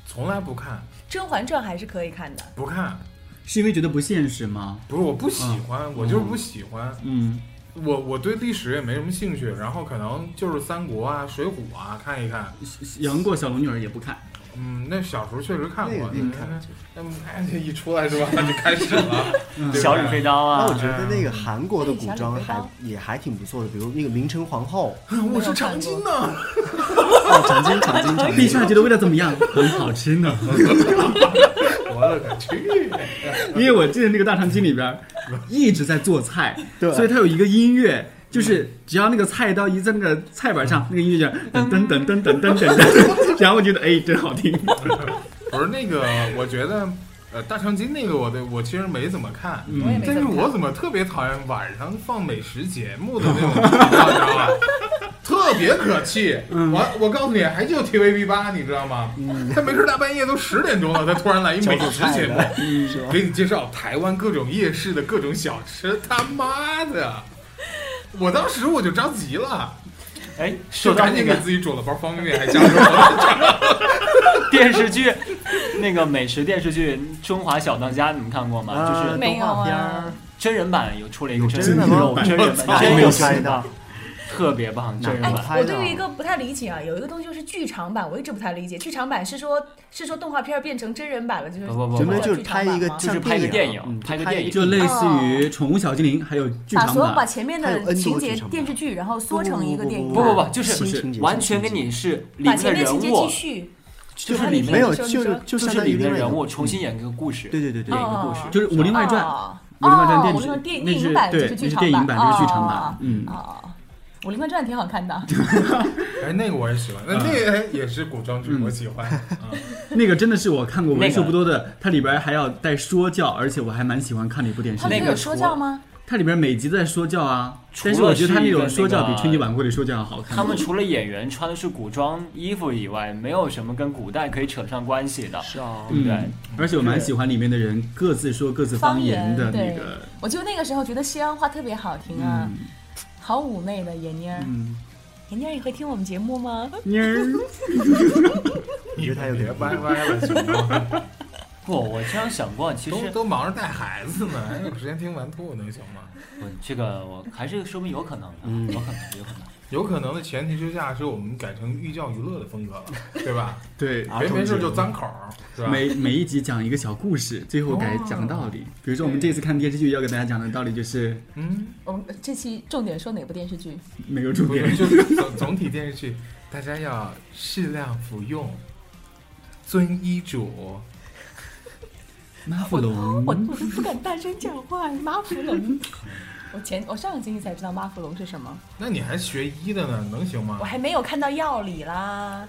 从来不看， 《甄嬛传》还是可以看的。不看，哼，是因为觉得不现实吗？不是我不喜欢，我就是不喜欢。嗯，我我对历史也没什么兴趣，然后可能就是三国啊、水浒啊看一看。嗯杨过小龙女儿也不看，嗯，那小时候确实看那过个，一定看过那那这一出来是吧，就开始了。对吧小李飞刀那我啊，觉得那个韩国的古装哎小还李也还挺不错的，比如那个《明成皇后我是长今呢，哦，长今长今长陛今，下觉得味道怎么样？很好吃呢。我勒个去！ <laughs> 因为我记得那个大长今里 <laughs> 边儿一直在做菜，对所以它有一个音嗯乐，就是只要那个菜刀一在那个菜板上，那个音乐就噔噔噔噔噔噔噔 <laughs> 噔，然后我觉得哎真好听。 <laughs> 不是那个，我觉得。呃，大长今那个我的我其实没怎么看，我也没但怎么看是我怎么特别讨厌晚上放美食节目的那种频道，你知道吧？特别可气。我我告诉你，还就 TVB 八，你知道吗？他没事大半夜都十点钟了，他突然来一美食节目，是吧？给你介绍台湾各种夜市的各种小吃，他妈的！我当时我就着急了，哎，就说到赶紧那给个自己煮了包方便面，还加入了。电视剧，那个美食电视剧《中华小当家》，你们看过吗？就啊是没有动画片啊儿，真人版有出了一个有真真的人吗有真人哪版，里真有有拍拍到到，？特别棒，真人哪版里。哎，拍我的对于一个不太理解啊，有一个东西就是剧场版，我一直不太理解。剧场版是说，是说动画片儿变成真人版了，就是不不不就不叫就是剧场拍一版个吗就是拍个电影，拍拍个电影，就类似于《宠物小精灵》，还有剧把场所有把版，前面还有 N 的多情剧节场版电视剧，然后缩成一个电影不版，不不，就是新情节完全跟你是里把面的前面人情节物啊继，续，就是把里你面没有，说你就说是就就相是当里于面的另外一人个物重新演一个故事，对对对对演一个故事哦，就是《武林外传》。哦武林外传哦电武林外视电那影是版对，这那是剧是场电影版版，这是剧场哦哦哦版。嗯，哦，《武林外传》挺好看的，哎，那个我也喜欢，那那个哎也是古装剧，我喜欢。啊那个真的是我看过为那数个不多的，它里边还要带说教，而且我还蛮喜欢看的一部电视他剧。们那不个是有说教吗？它里边每集都在说教啊，除了但是我觉得它那是一种个说教那比个春节晚会的说教要好看。他们除了演员穿的是古装衣服以外，没有什么跟古代可以扯上关系的。是啊，对不对嗯，而且我蛮喜欢里面的人各自说各自方言的那对个，，我就那个时候觉得西安话特别好听啊，好妩媚的闫妮儿。嗯，闫妮儿也会听我们节目吗？ <laughs> 妮儿，我觉得他有别点歪歪了，行 <laughs> 吗？不，我这样想过，其都实都忙着带孩子呢，还有时间听完兔能行吗？我嗯这个我还是说明有可能的，嗯有可能，有可能。有可能的前提之下是我们改成寓教于乐的风格了，对吧？对，啊别没事就脏口儿，是啊吧？每每一集讲一个小故事，最后该讲道理。比如说我们这次看电视剧要给大家讲的道理就是嗯，我们这期重点说哪部电视剧？没有重不点是，，就是总总体电视剧，大家要适量服用，遵医嘱。 <laughs> 马富龙我我都不敢大声讲话，马福龙。 <laughs> 我前我上个星期才知道马福龙是什么，那你还学医的呢，能行吗我？还没有看到药理啦。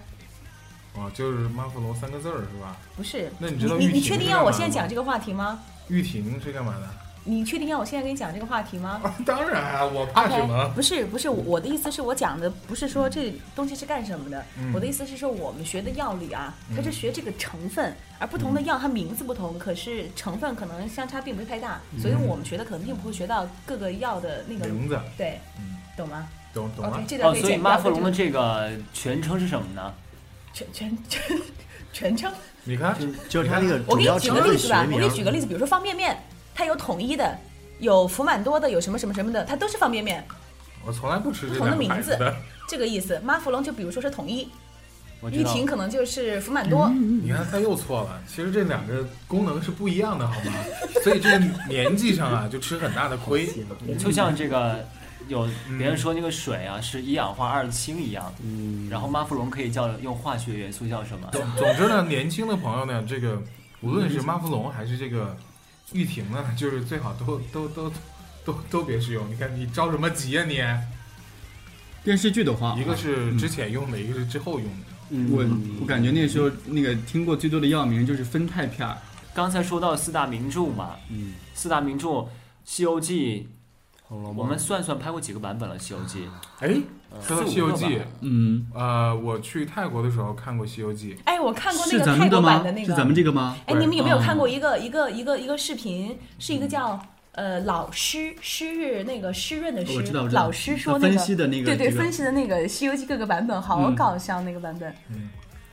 哦，就是妈富龙三个字儿是吧？不是，那你你知道你玉你婷确定是要干我嘛现在的讲吗这个话题吗？玉婷是干嘛的？ <laughs> 你确定要我现在跟你讲这个话题吗？当然啊，我怕什么？哎不是不是，我我的意思是我讲的不是说这东西是干什么的，嗯我的意思是说我们学的药理啊，它嗯是学这个成分，而不同的药它名字不同，可是成分可能相差并不是太大，所以我们学的可能并不会学到各个药的那个嗯名字，对，嗯，懂吗懂懂 o 了 k。这哦，段可以所以剪马掉。富龙的这这个全称是什么呢？全全全全称。你看，就是它那个我主给你要举成个分例子吧学，我名啊给你举个例子，比如说方便面，它有统一的，有福满多的，有什么什么什么的，它都是方便面，我从来不吃不这同的两个名牌子字的。，这个意思。妈芙蓉就比如说是统一，我知玉道。婷可能就是福满多，你看他又错了，其实这两个功能是不一样的，好吗？ <laughs> 所以这个年纪上啊，就吃很大的亏。就像这个有别人说那个水啊是一氧化二氢一样，嗯然后妈芙蓉可以叫用化学元素叫什么？总总之呢，年轻的朋友呢，这个无论是妈芙龙还是这个玉婷呢， <laughs> 就是最好都都都都都别试用。你看你着什么急呀、电视剧的话，嗯你？一个是之前用的，一个是之后用的。我我感觉那个时候那个听过最多的药名就是酚酞片儿，刚才说到四大名著嘛，嗯，四大名著《西游记》，红楼我梦们算算拍过几个版本了，《西游记》哎，说到《西游记四五个》，嗯，呃，我去泰国的时候看过《西游记》，哎，我看过那是个咱泰们国吗版的？那是个，咱们这个吗？哎，你们有没有哦看过一个一个一个一个视频？是一个叫呃老师诗日那个湿润的嗯我湿知道我，知道老师说他那个分析的那个对对这个分析的那个《西游记》各个版本，好嗯搞笑那个版本。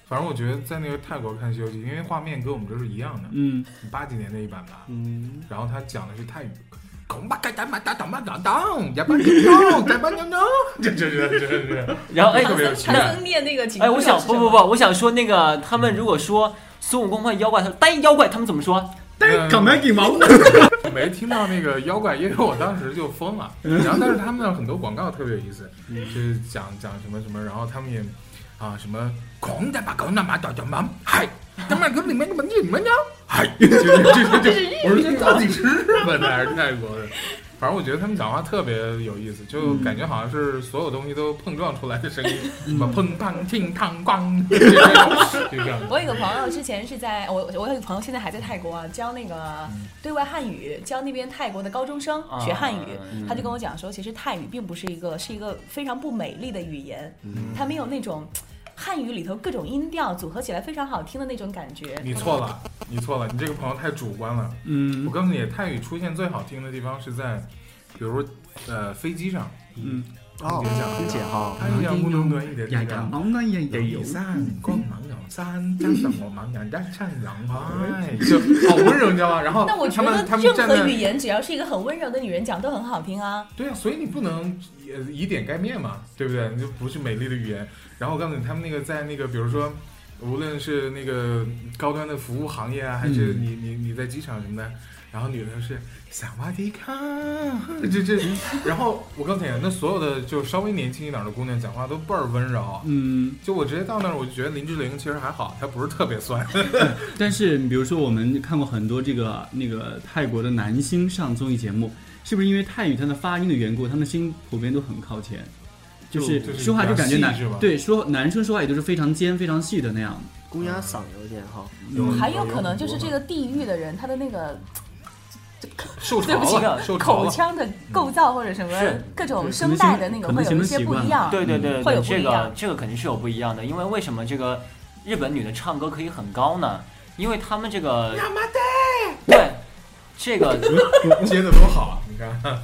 反正我觉得在那个泰国看《西游记》，因为画面跟我们这是一样的，嗯，八几年那一版吧。嗯，然后他讲的是泰语。 <laughs> 恐怕该打马打打马打当，哑巴牛牛，哑巴 <laughs> 牛牛，这这这这这，然后哎，特别有趣唐僧念那个几个哎，我想是什不么不不，，我想说那个他们如果说孙悟空碰见妖怪，他说单妖怪，他们怎么说？嗯干嘛给毛？ <laughs> 没听到那个妖怪，因为我当时就疯了。然后，但是他们的很多广告特别有意思，就是讲讲什么什么，然后他们也啊什么狂的把狗那马倒掉妈，嗨，他们跟里面怎么你们呢？嗨， <laughs> 就就就就，我说这到底是日本的还是泰国的？反正我觉得他们讲话特别有意思，就感觉好像是所有东西都碰撞出来的声音，什么砰砰ting 当咣，就这种就这样。我有个朋友之前是在我我有个朋友现在还在泰国啊，教那个嗯对外汉语，教那边泰国的高中生啊学汉语。嗯他就跟我讲说，其实泰语并不是一个是一个非常不美丽的语言，它没有那种汉语里头各种音调组合起来非常好听的那种感觉。你错了，你错了，你这个朋友太主观了。嗯我告诉你，泰语出现最好听的地方是在，比如说，呃，飞机上，嗯，哦，你讲空姐号，它有点乌冬端一点呀地干方。毛呢呀呀有有一山，光芒有山，加上我茫然，加上阳哎，就好温柔，你知道吗？然后但我他觉们他得们任站何语在，言只要是一个很温柔的女人讲都很好听啊。对啊，所以你不能呃以点盖面嘛，对不对？你就不是美丽的语言。然后我告诉你，他们那个在那个，比如说，无论是那个高端的服务行业啊，还嗯是你你你在机场什么的，然后女的是萨瓦迪卡，这这，然后我告诉你，啊那所有的就稍微年轻一点的姑娘讲话都倍儿温柔。嗯，就我直接到那儿，我就觉得林志玲其实还好，她不是特别酸。但是比如说我们看过很多这个那个泰国的男星上综艺节目，是不是因为泰语它的发音的缘故，他们声音普遍都很靠前，就就是是说话就感觉比较男细是吧对说男生说话也都是非常尖非常细的那样。公鸭嗓有点哈，嗯还有可能就是这个地域的人，他的那个受对不潮了，起啊受，潮口了。腔的构造或者什么是各种声带的那个可会能有形一成些习不惯一样。对对对，会有对不这一个样这个肯定是有不一样的，因为为什么这个日本女的唱歌可以很高呢？因为他们这个对这个接的多好啊！你 <laughs> 看，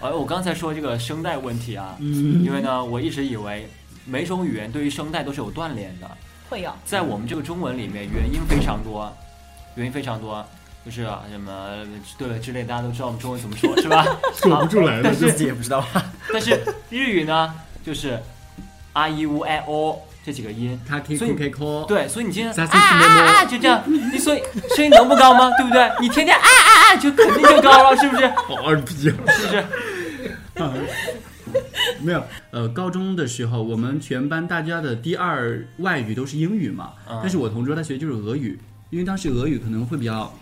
呃，我刚才说这个声带问题啊，嗯因为呢，我一直以为每种语言对于声带都是有锻炼的，会有。 <laughs> 在我们这个中文里面，元音非常多，元音非常多，就是、啊、什么对之类，大家都知道我们中文怎么说是 <laughs> 吧？说不出来但自是己也不知道。 <laughs> 但是日语呢，就是啊 i u i o 这几个音，他可以所以 K K 对，所以你今天咱啊是什么呢啊啊，就这样，你所以声音能不高吗？对不对？你天天啊啊啊，就肯定就高了，是不是？好二逼啊！是不是？ <laughs> 没有，呃，高中的时候，我们全班大家的第二外语都是英语嘛，嗯但是我同桌他学就是俄语，因为当时俄语可能会比较，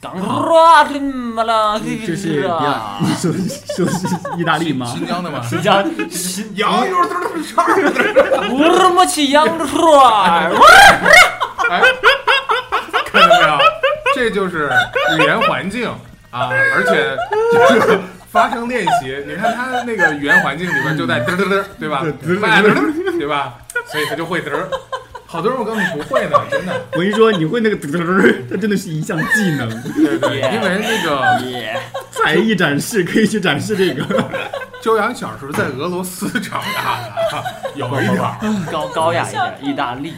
港啊啦你妈嗯啦，就是啊比较，你 <laughs> 说说是意大利吗？新疆的嘛，新疆新羊肉都是串儿的。乌鲁木齐羊肉串儿，哎，看到没有？这就是语言环境啊，而且就是发声练习。你看他那个语言环境里边就带嘚嘚嘚，对吧？慢嘚嘚，对吧？所以他就会嘚儿。好多人我告诉你不会呢，真的。我跟你说，你会那个嘚嘚嘚，它真的是一项技能，对对，因为那个才艺展示可以去展示这个。周扬小时候在俄罗斯长大的，有一点儿。高高雅一点，意大利。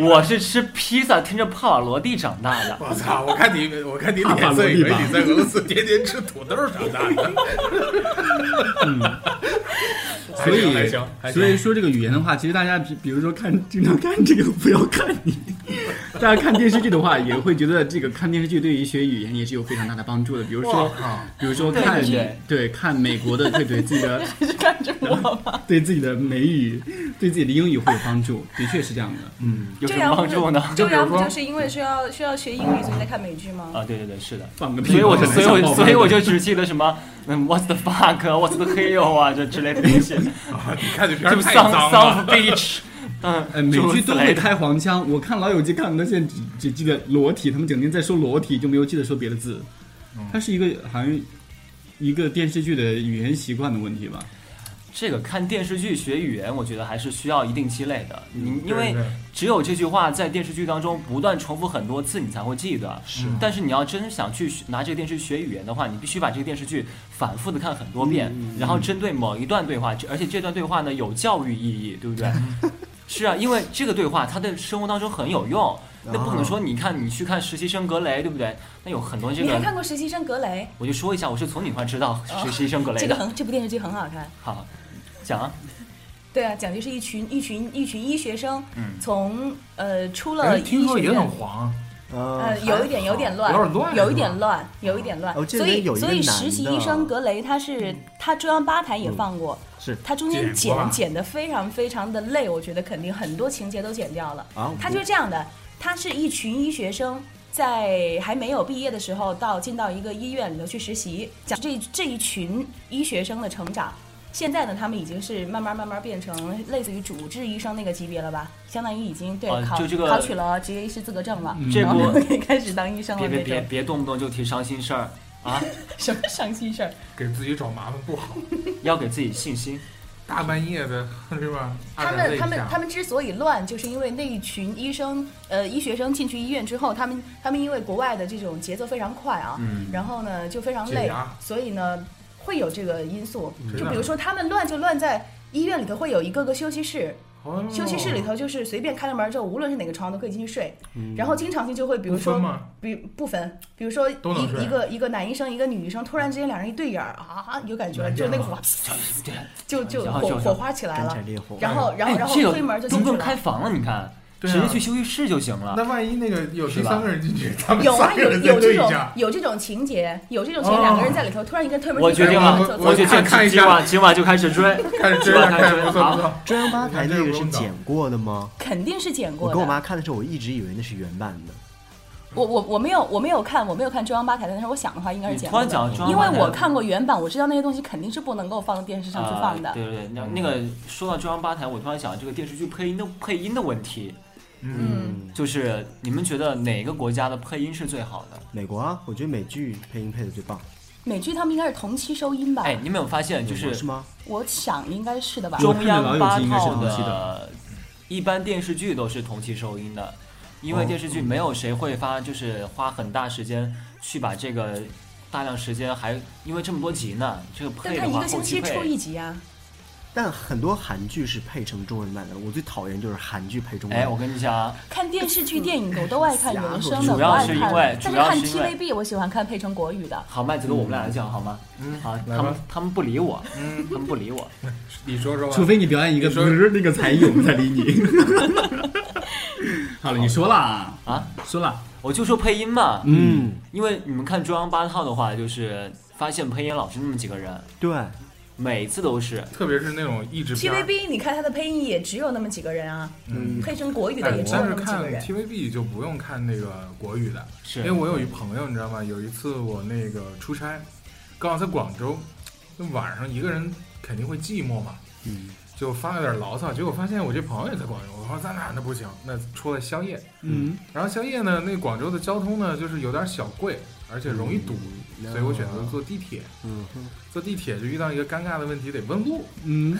我是吃披萨，听着帕瓦罗蒂长大的。我操！我看你，我看你帕脸瓦罗色，蒂以为吧你在俄罗斯天天吃土豆长大的。还所行还以行还行所以说这个语言的话，其实大家比比如说看经常看这个，不要看你。 <laughs> 大家看电视剧的话，也会觉得这个看电视剧对于学语言也是有非常大的帮助的。比如说，比如说看对对对看美国的，会对自己的 <laughs> 是看着我吗？对自己的美语、对自己的英语会有帮助，的确是这样的。嗯，有周什么洋不帮是助呢？周洋不就是因为说要需要学英语，所以在看美剧吗？啊，对对对，是的。放个屁！所以我就，所以想我，冒所以我犯就只记得什么，嗯，What's the fuck，What's the hell 啊，这之类的东西，你看这片就儿太 Son 脏 s 了 of。Beach，嗯，呃，美诸如剧此都类会的开黄腔。我看《老友记》看很多，现在只只记得裸体，他们整天在说裸体，就没有记得说别的字。它是一个好像一个电视剧的语言习惯的问题吧？这个看电视剧学语言，我觉得还是需要一定积累的。嗯你对因为对只有这句话在电视剧当中不断重复很多次，你才会记得。是，但是你要真想去学拿这个电视学语言的话，你必须把这个电视剧反复的看很多嗯遍，然后针对某一段对话，这而且这段对话呢有教育意义，对不 <laughs> 对？是啊，因为这个对话它在生活当中很有啊用。那不可能说，你看你去看实习生格雷，对不对？那有很多这你还个，看过《实习生格雷我就说一下，我是从你那块知道实习生格》？雷这个的。很这部电视剧很好看。好，讲啊，对啊，讲就是一群一群一群医学生嗯从呃出哎了听医说学也很院。黄，呃，呃，有一点，有点乱，有点乱是有一吧点乱，有一点乱。我记得所以，有一个所以男实习的医生格雷他是他中央八台也放过，是他中间剪过啊剪剪的非常非常的累，我觉得肯定很多情节都剪掉了。啊，他就是这样的，他是一群医学生。在还没有毕业的时候，到进到一个医院里头去实习，讲这这一群医学生的成长。现在呢，他们已经是慢慢慢慢变成类似于主治医生那个级别了吧，相当于已经对、啊考就这个考取了职业医师资格证了，这然部后可以 <laughs> 开始当医生了别别那别种。别动不动就提伤心事儿啊！什么伤心事儿？给自己找麻烦不好，要给自己信 <laughs> 心。大半夜的，是吧？他 <laughs> 二十们岁他以们下他们之所以乱，就是因为那一群医生，呃，医学生进去医院之后，他们他们因为国外的这种节奏非常快啊，然后呢就非嗯常解累压，所以呢会有这个因素。真就的比如说他们乱就乱在医院里头会有一个个休息室，哦休息室里头就是随便开了门之后，无论是哪个床都可以进去睡。然后经常性就会，比如嗯不说分吗，比不分，比如说都能睡一一个一个男医生一个女医生，突然之间两人一对眼儿啊，有感觉了，就那个火就就嗯然后就火火花起来干了柴。烈火，然后，然后，哎然后这推门个就都进不去用了。开房了，你看，对啊直接去休息室就行了。那万一那个有是第吧三个人进去，他们有啊，三个有人再有这对一种下，有这种情节，有这种情哦节，两个人在里头，突然一个人推门进去，我决定然了后走，走我我决定看看一下今晚今晚就开始 <laughs> 追，看今真的晚开看始不追。错不好，错。中央八台你看这那个个不是用找剪过的吗？肯定是剪过我的。跟我妈看的时候，我一直以为那是原版的。我我我没有我没有看我没有看中央八台的，但是我想的话应该是你剪突过然讲的，中因央八为台我看过原版，我知道那些东西肯定是不能够放到电视上去放的啊。对对对，那那个说到中央八台，我突然想这个电视剧配音的配音的问题，嗯，就是你们觉得哪个国家的配音是最好的？美国啊，我觉得美剧配音配的最棒，美剧他们应该是同期收音吧？哎，你们有发现就美国是是吗？我想应该是的吧。中央八我看着老友记应该是套同期的，一般电视剧都是同期收音的，因为电视剧没有谁会发，就是花很大时间去把这个大量时间还因为这么多集呢，这个但配他的一话个后星期期出配一。集啊，但很多韩剧是配成中文版的，我最讨厌就是韩剧配中文哎，我版。跟你讲啊，看电视剧、电影我都爱看原声的，主不要爱是因看为。但主是要看是因为 TVB，我喜欢看配成国语的。好，麦子跟我们俩来讲好吗？嗯，好，来他们吧他们不理我，他们不理我。你说说吧，除非你表演一个你说不是那个才艺，我们才理你。好了，你说了啊，说了，我就说配音嘛，嗯，因为你们看中央八套的话，就是发现配音老是那么几个人，对，每次都是。特别是那种译制片儿。啊 TVB，你看它的配音也只有那么几个人啊，嗯配成国语的也哎只有但那是么几看个人。 TVB 就不用看那个国语的，是因为我有一朋友，你知道吗？有一次我那个出差，刚好在广州，那晚上一个人肯定会寂寞嘛，嗯，就发了点牢骚，结果发现我这朋友也在广州，我说咱俩那不行，那出来宵夜，嗯，然后宵夜呢，那广州的交通呢就是有点小贵，而且容易堵，所以我选择坐地铁，嗯哼，坐地铁就遇到一个尴尬的问题，得问路，嗯，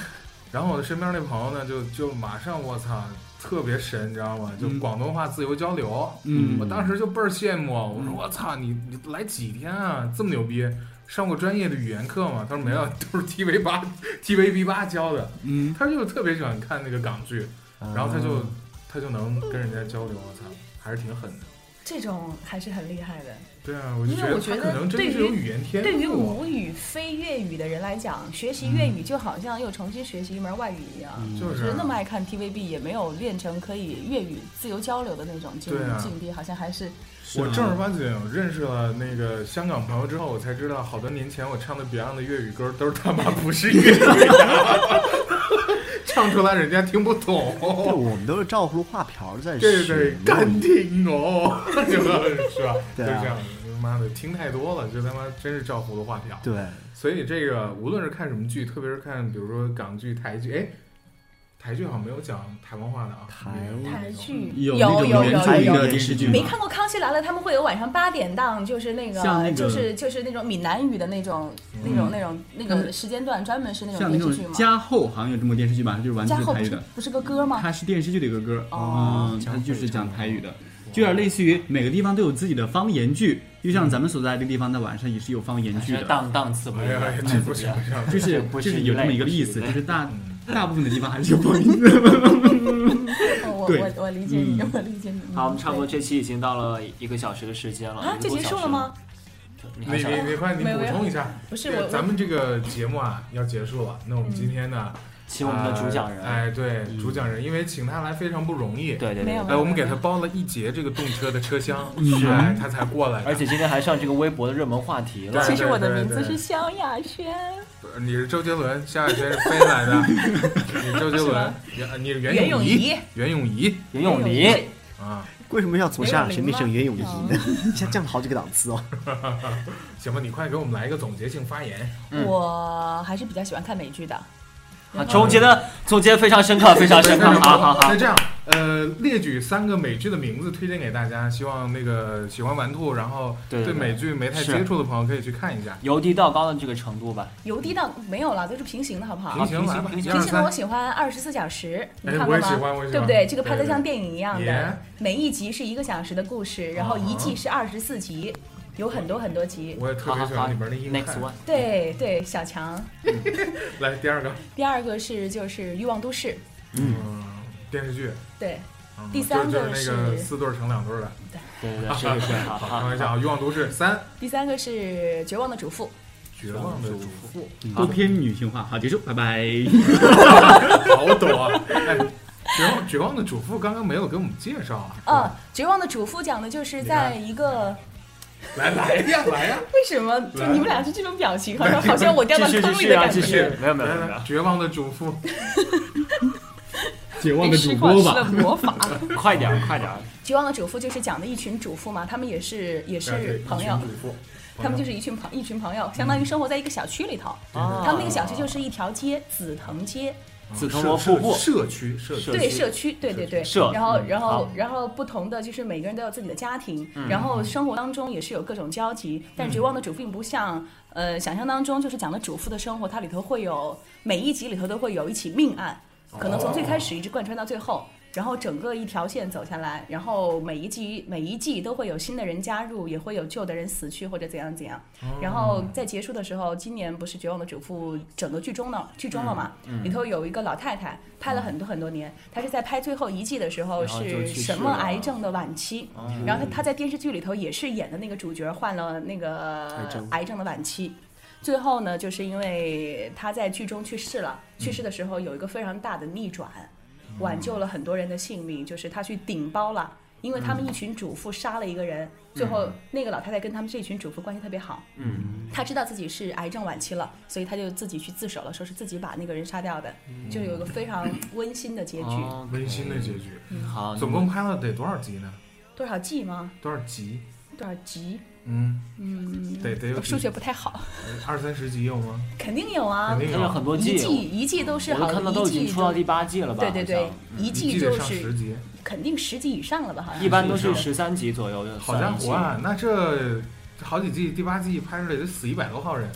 然后我身边那朋友呢，就就马上我操，特别神，你知道吗？就广东话自由交流。嗯我当时就倍儿羡慕，我说我操，你你来几天啊，这么牛逼？上过专业的语言课嘛，他说没有， <laughs> 都是 TV 八、TVB 八教的。嗯，啊他就是特别喜欢看那个港剧，然然后他就、他就能跟人家交流，我操，还是挺狠的。这种还是很厉害的。对啊，我就因为觉我得他觉得可能真的是对于有语言哎天赋。啊对于母语非粤语的人来讲，学习粤语就好像又重新学习一门外语一样。嗯就我是觉得啊那么爱看 TVB，也没有练成可以粤语自由交流的那种境对啊境地，好像还是是我啊正儿八经认识了那个香港朋友之后，我才知道，好多年前我唱的 Beyond 的粤语歌都是他 <laughs> 妈不是粤语，唱出来人家听不对，懂。我们都是照葫芦画瓢在对使，对，没有干听哦， <laughs> <laughs> 是吧？对就是啊这样的，妈的，听太多了，就他妈真是照葫芦画瓢。对，啊所以这个无论是看什么剧，特别是看比如说港剧、台剧，哎，台剧好像没有讲台湾话的啊，台没有台剧嗯有有那有种原有著有的有电视剧有没吗？看过《康熙来了》，他们会有晚上八点档，就是那个，像那个嗯就是就是那种闽南语的那种、那种那种那个时间段，专门是那种像那电视种剧嘛。加厚好像有这么电视剧吧，就是完全加是厚台不语是的，不是个歌吗？它是电视剧的一个歌，哦嗯，它就是讲台语的，就有点类似于每个地方都有自己的方言剧，就像咱们所在的地方，在晚上也是有方言剧觉得的，档档次不一哎呀样，哎呀，档这次不不一行样不。行，就这 <laughs> 是不嗯就是是一有这么类一个不是意一思，类就是嗯大大部分的地方还是有方言的。哦我对我我理解你，嗯 <laughs> 我理解你。好，我们差不多对这期已经到了一个小时的时间了啊，就结束了吗？？一你个多小时了你你快，你没有补充一下。不是对我，嗯咱们这个节目啊要结束了，那我们今天呢，请我们的主讲人，嗯呃哎，对，主讲人，因为请他来非常不容易，，对对嗯没有对，哎，我们给他包了一节这个动车的车厢，是哎，他才过来的，而且今天还上这个微博的热门话题了对。其实我的对对名字对是萧亚轩，不是你是周杰伦，萧亚轩是飞来的，你 <laughs> 周杰伦，袁你是袁袁咏咏仪仪，袁咏仪袁咏仪，啊，为什么要从下没有哦神零变成吗袁咏仪呢？降降了好几个档 <laughs> 次哦。行吧，你快给我们来一个总结性发言，嗯我还是比较喜欢看美剧的。啊，总结的总结非常深刻，非常深刻，那好好好那，这样，呃，列举三个美剧的名字推荐给大家，希望那个喜欢玩兔，然后对对对对美剧没太是接触的朋友可以去看一下。由低到高的这个程度吧。邮递档没有了，都是平行的，好不好？平行来吧，平一行二平行的三我，喜欢《二十四小时》，你哎我看过也吗？喜欢我也喜欢对不对？这个拍对的对像电影一样耶的，每一集是一个小时的故事，然后一季是二十四集，有很多很多集。我也特好别好喜好欢里边的硬，next 汉。 one，对对，小强。来第二个，第二个是就是《欲望都市》，嗯，电视剧。对，嗯第三就个就是那个是四对儿成两对儿的，对对对，是是是，好好，好开好玩笑啊！欲望都市三，第三个是《绝望的主妇绝望的主妇，都偏女性化。好，结束，拜拜。好抖啊！哎，绝望绝望的主妇刚刚没有给我们介绍啊》。，嗯，《绝望的主妇》讲的就是在一个来来呀来呀， <laughs> 为什么就你们俩是这种表情，好像好像我掉继到续继坑里续的啊，感继续觉。，没有没有没来有没来，绝望的主妇， <laughs> 绝望被的主施管播师的吧，魔法。有，快点儿快点儿，绝望的主妇就是讲的一群主妇嘛，他们也是哎也对是朋友一，群主妇，他们就是一群朋一群朋友，相当于生活在一个小区里头。他他们那个小区就是一条街，紫藤街，紫藤萝社瀑布社，社区社区社对区社区，对对对。社然后，嗯然后好，然后不同的就是每个人都有自己的家庭，然后生活当中也是有各种交集。但是《绝望的主妇》并不像呃想象当中就是讲的主妇的生活，它里头会有每一集里头都会有一起命案，可能从最开始一直贯穿到最后。然后整个一条线走下来，然后每一季每一季都会有新的人加入，也会有旧的人死去或者怎样怎样。然后嗯在结束的时候，今年不是《绝望的主妇》整个剧终了，剧终了嘛？嗯里头有一个老太太拍了很多很多年，她是在拍最后一季的时候然后就是去世什么了嗯癌症的晚期，然后她她在电视剧里头也是演的那个主角患了那个癌症癌症的晚期。最后呢，就是因为她在剧中去世了，去世的时候有一个非常大的逆转，嗯挽救了很多人的性命，就是她去顶包了。因为他嗯们一群主妇杀了一个人，最后那个老太太跟他们这群主妇关系特别好，嗯，她知道自己是癌症晚期了，所以她就自己去自首了，说是自己把那个人杀掉的，就有一个非常温馨的结局。哦温馨的结局。嗯好，总共拍了得多少集呢？多少季吗？多少集？多少集？嗯嗯，得得有我几数学不太好， <laughs> 二三十集有吗？肯定有啊肯，定它有很有，多一季季，一季都是我都好，看到都一已经季出到都第八季了吧？对对好像，嗯对一一季季得就上十是集，肯定十集以上了吧？好像一般都是十三集左右。好家伙啊！那这好几季，第八季拍出来得死一百多号 <laughs> 人，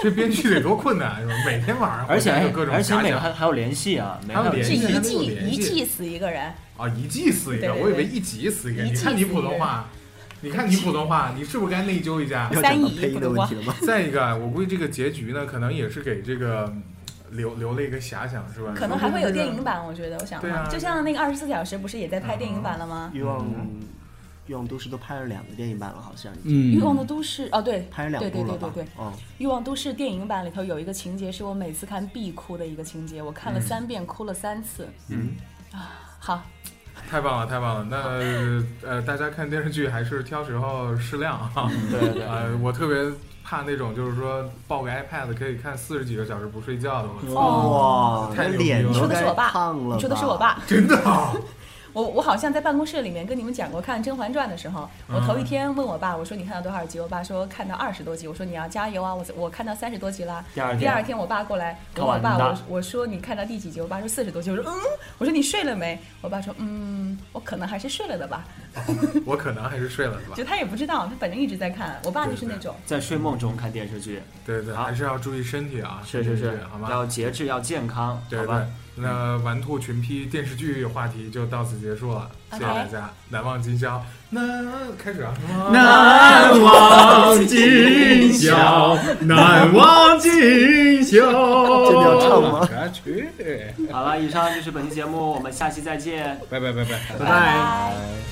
这编剧得多困难是吧？每天晚上而且回哎家有各种而且假每个想还还有联系啊，每个还有联是系一它没有季联一系季死一个人，啊，一季死一个，对对对我以为一集死一个。一你季看你普通话，你看你普通话，你是不是该内疚一 <laughs> 下？要三讲到姨配音不的能问忘题了吗？再一个，啊我估计这个结局呢，可能也是给这个嗯留留了一个遐想，是吧？可能还会有电影版，我觉得，我想对啊哈，就像那个二十四小时不是也在拍电影版了吗？欲望欲望都市都拍了两个电影版了，好像已经《嗯欲望的都市》哦，对，拍了两对对部了对吧对对，？哦， 《欲望都市》电影版里头有一个情节是我每次看必哭的一个情节，我嗯看了三遍，哭了三次。嗯，啊，好，太棒了，太棒了！那呃，大家看电视剧还是挑时候适量啊。嗯对对对，呃，我特别怕那种就是说抱个 iPad 可以看四十几个小时不睡觉的，我操！哦哇，太那牛逼脸了都你说的是我该爸，烫了吧，你说的是我爸。真的啊，我我好像在办公室里面跟你们讲过看《甄嬛传》的时候，我嗯头一天问我爸，我说你看到多少集？我爸说看到二十多集。我说你要加油啊！我我看到三十多集啦。第二天我爸过来看问我完爸，的我我说你看到第几集？我爸说四十多集。我说嗯，我说你睡了没？我爸说嗯，我可能还是睡了的吧。我可能还是睡了，是吧就？他也不知道，他反正一直在看。我爸就是那种。在睡梦中看电视剧，对对，好还是要注意身体啊，是是注意身是体好，吗？要节制，要健康，对好对吧？。嗯那玩兔群批电视剧话题就到此结束了，谢谢大家，难忘今宵。那开始啊，<laughs> 难忘今宵，难忘今宵。真的要唱吗？我去，好了，以上就是本期节目，我们下期再见。拜拜拜拜。拜拜拜。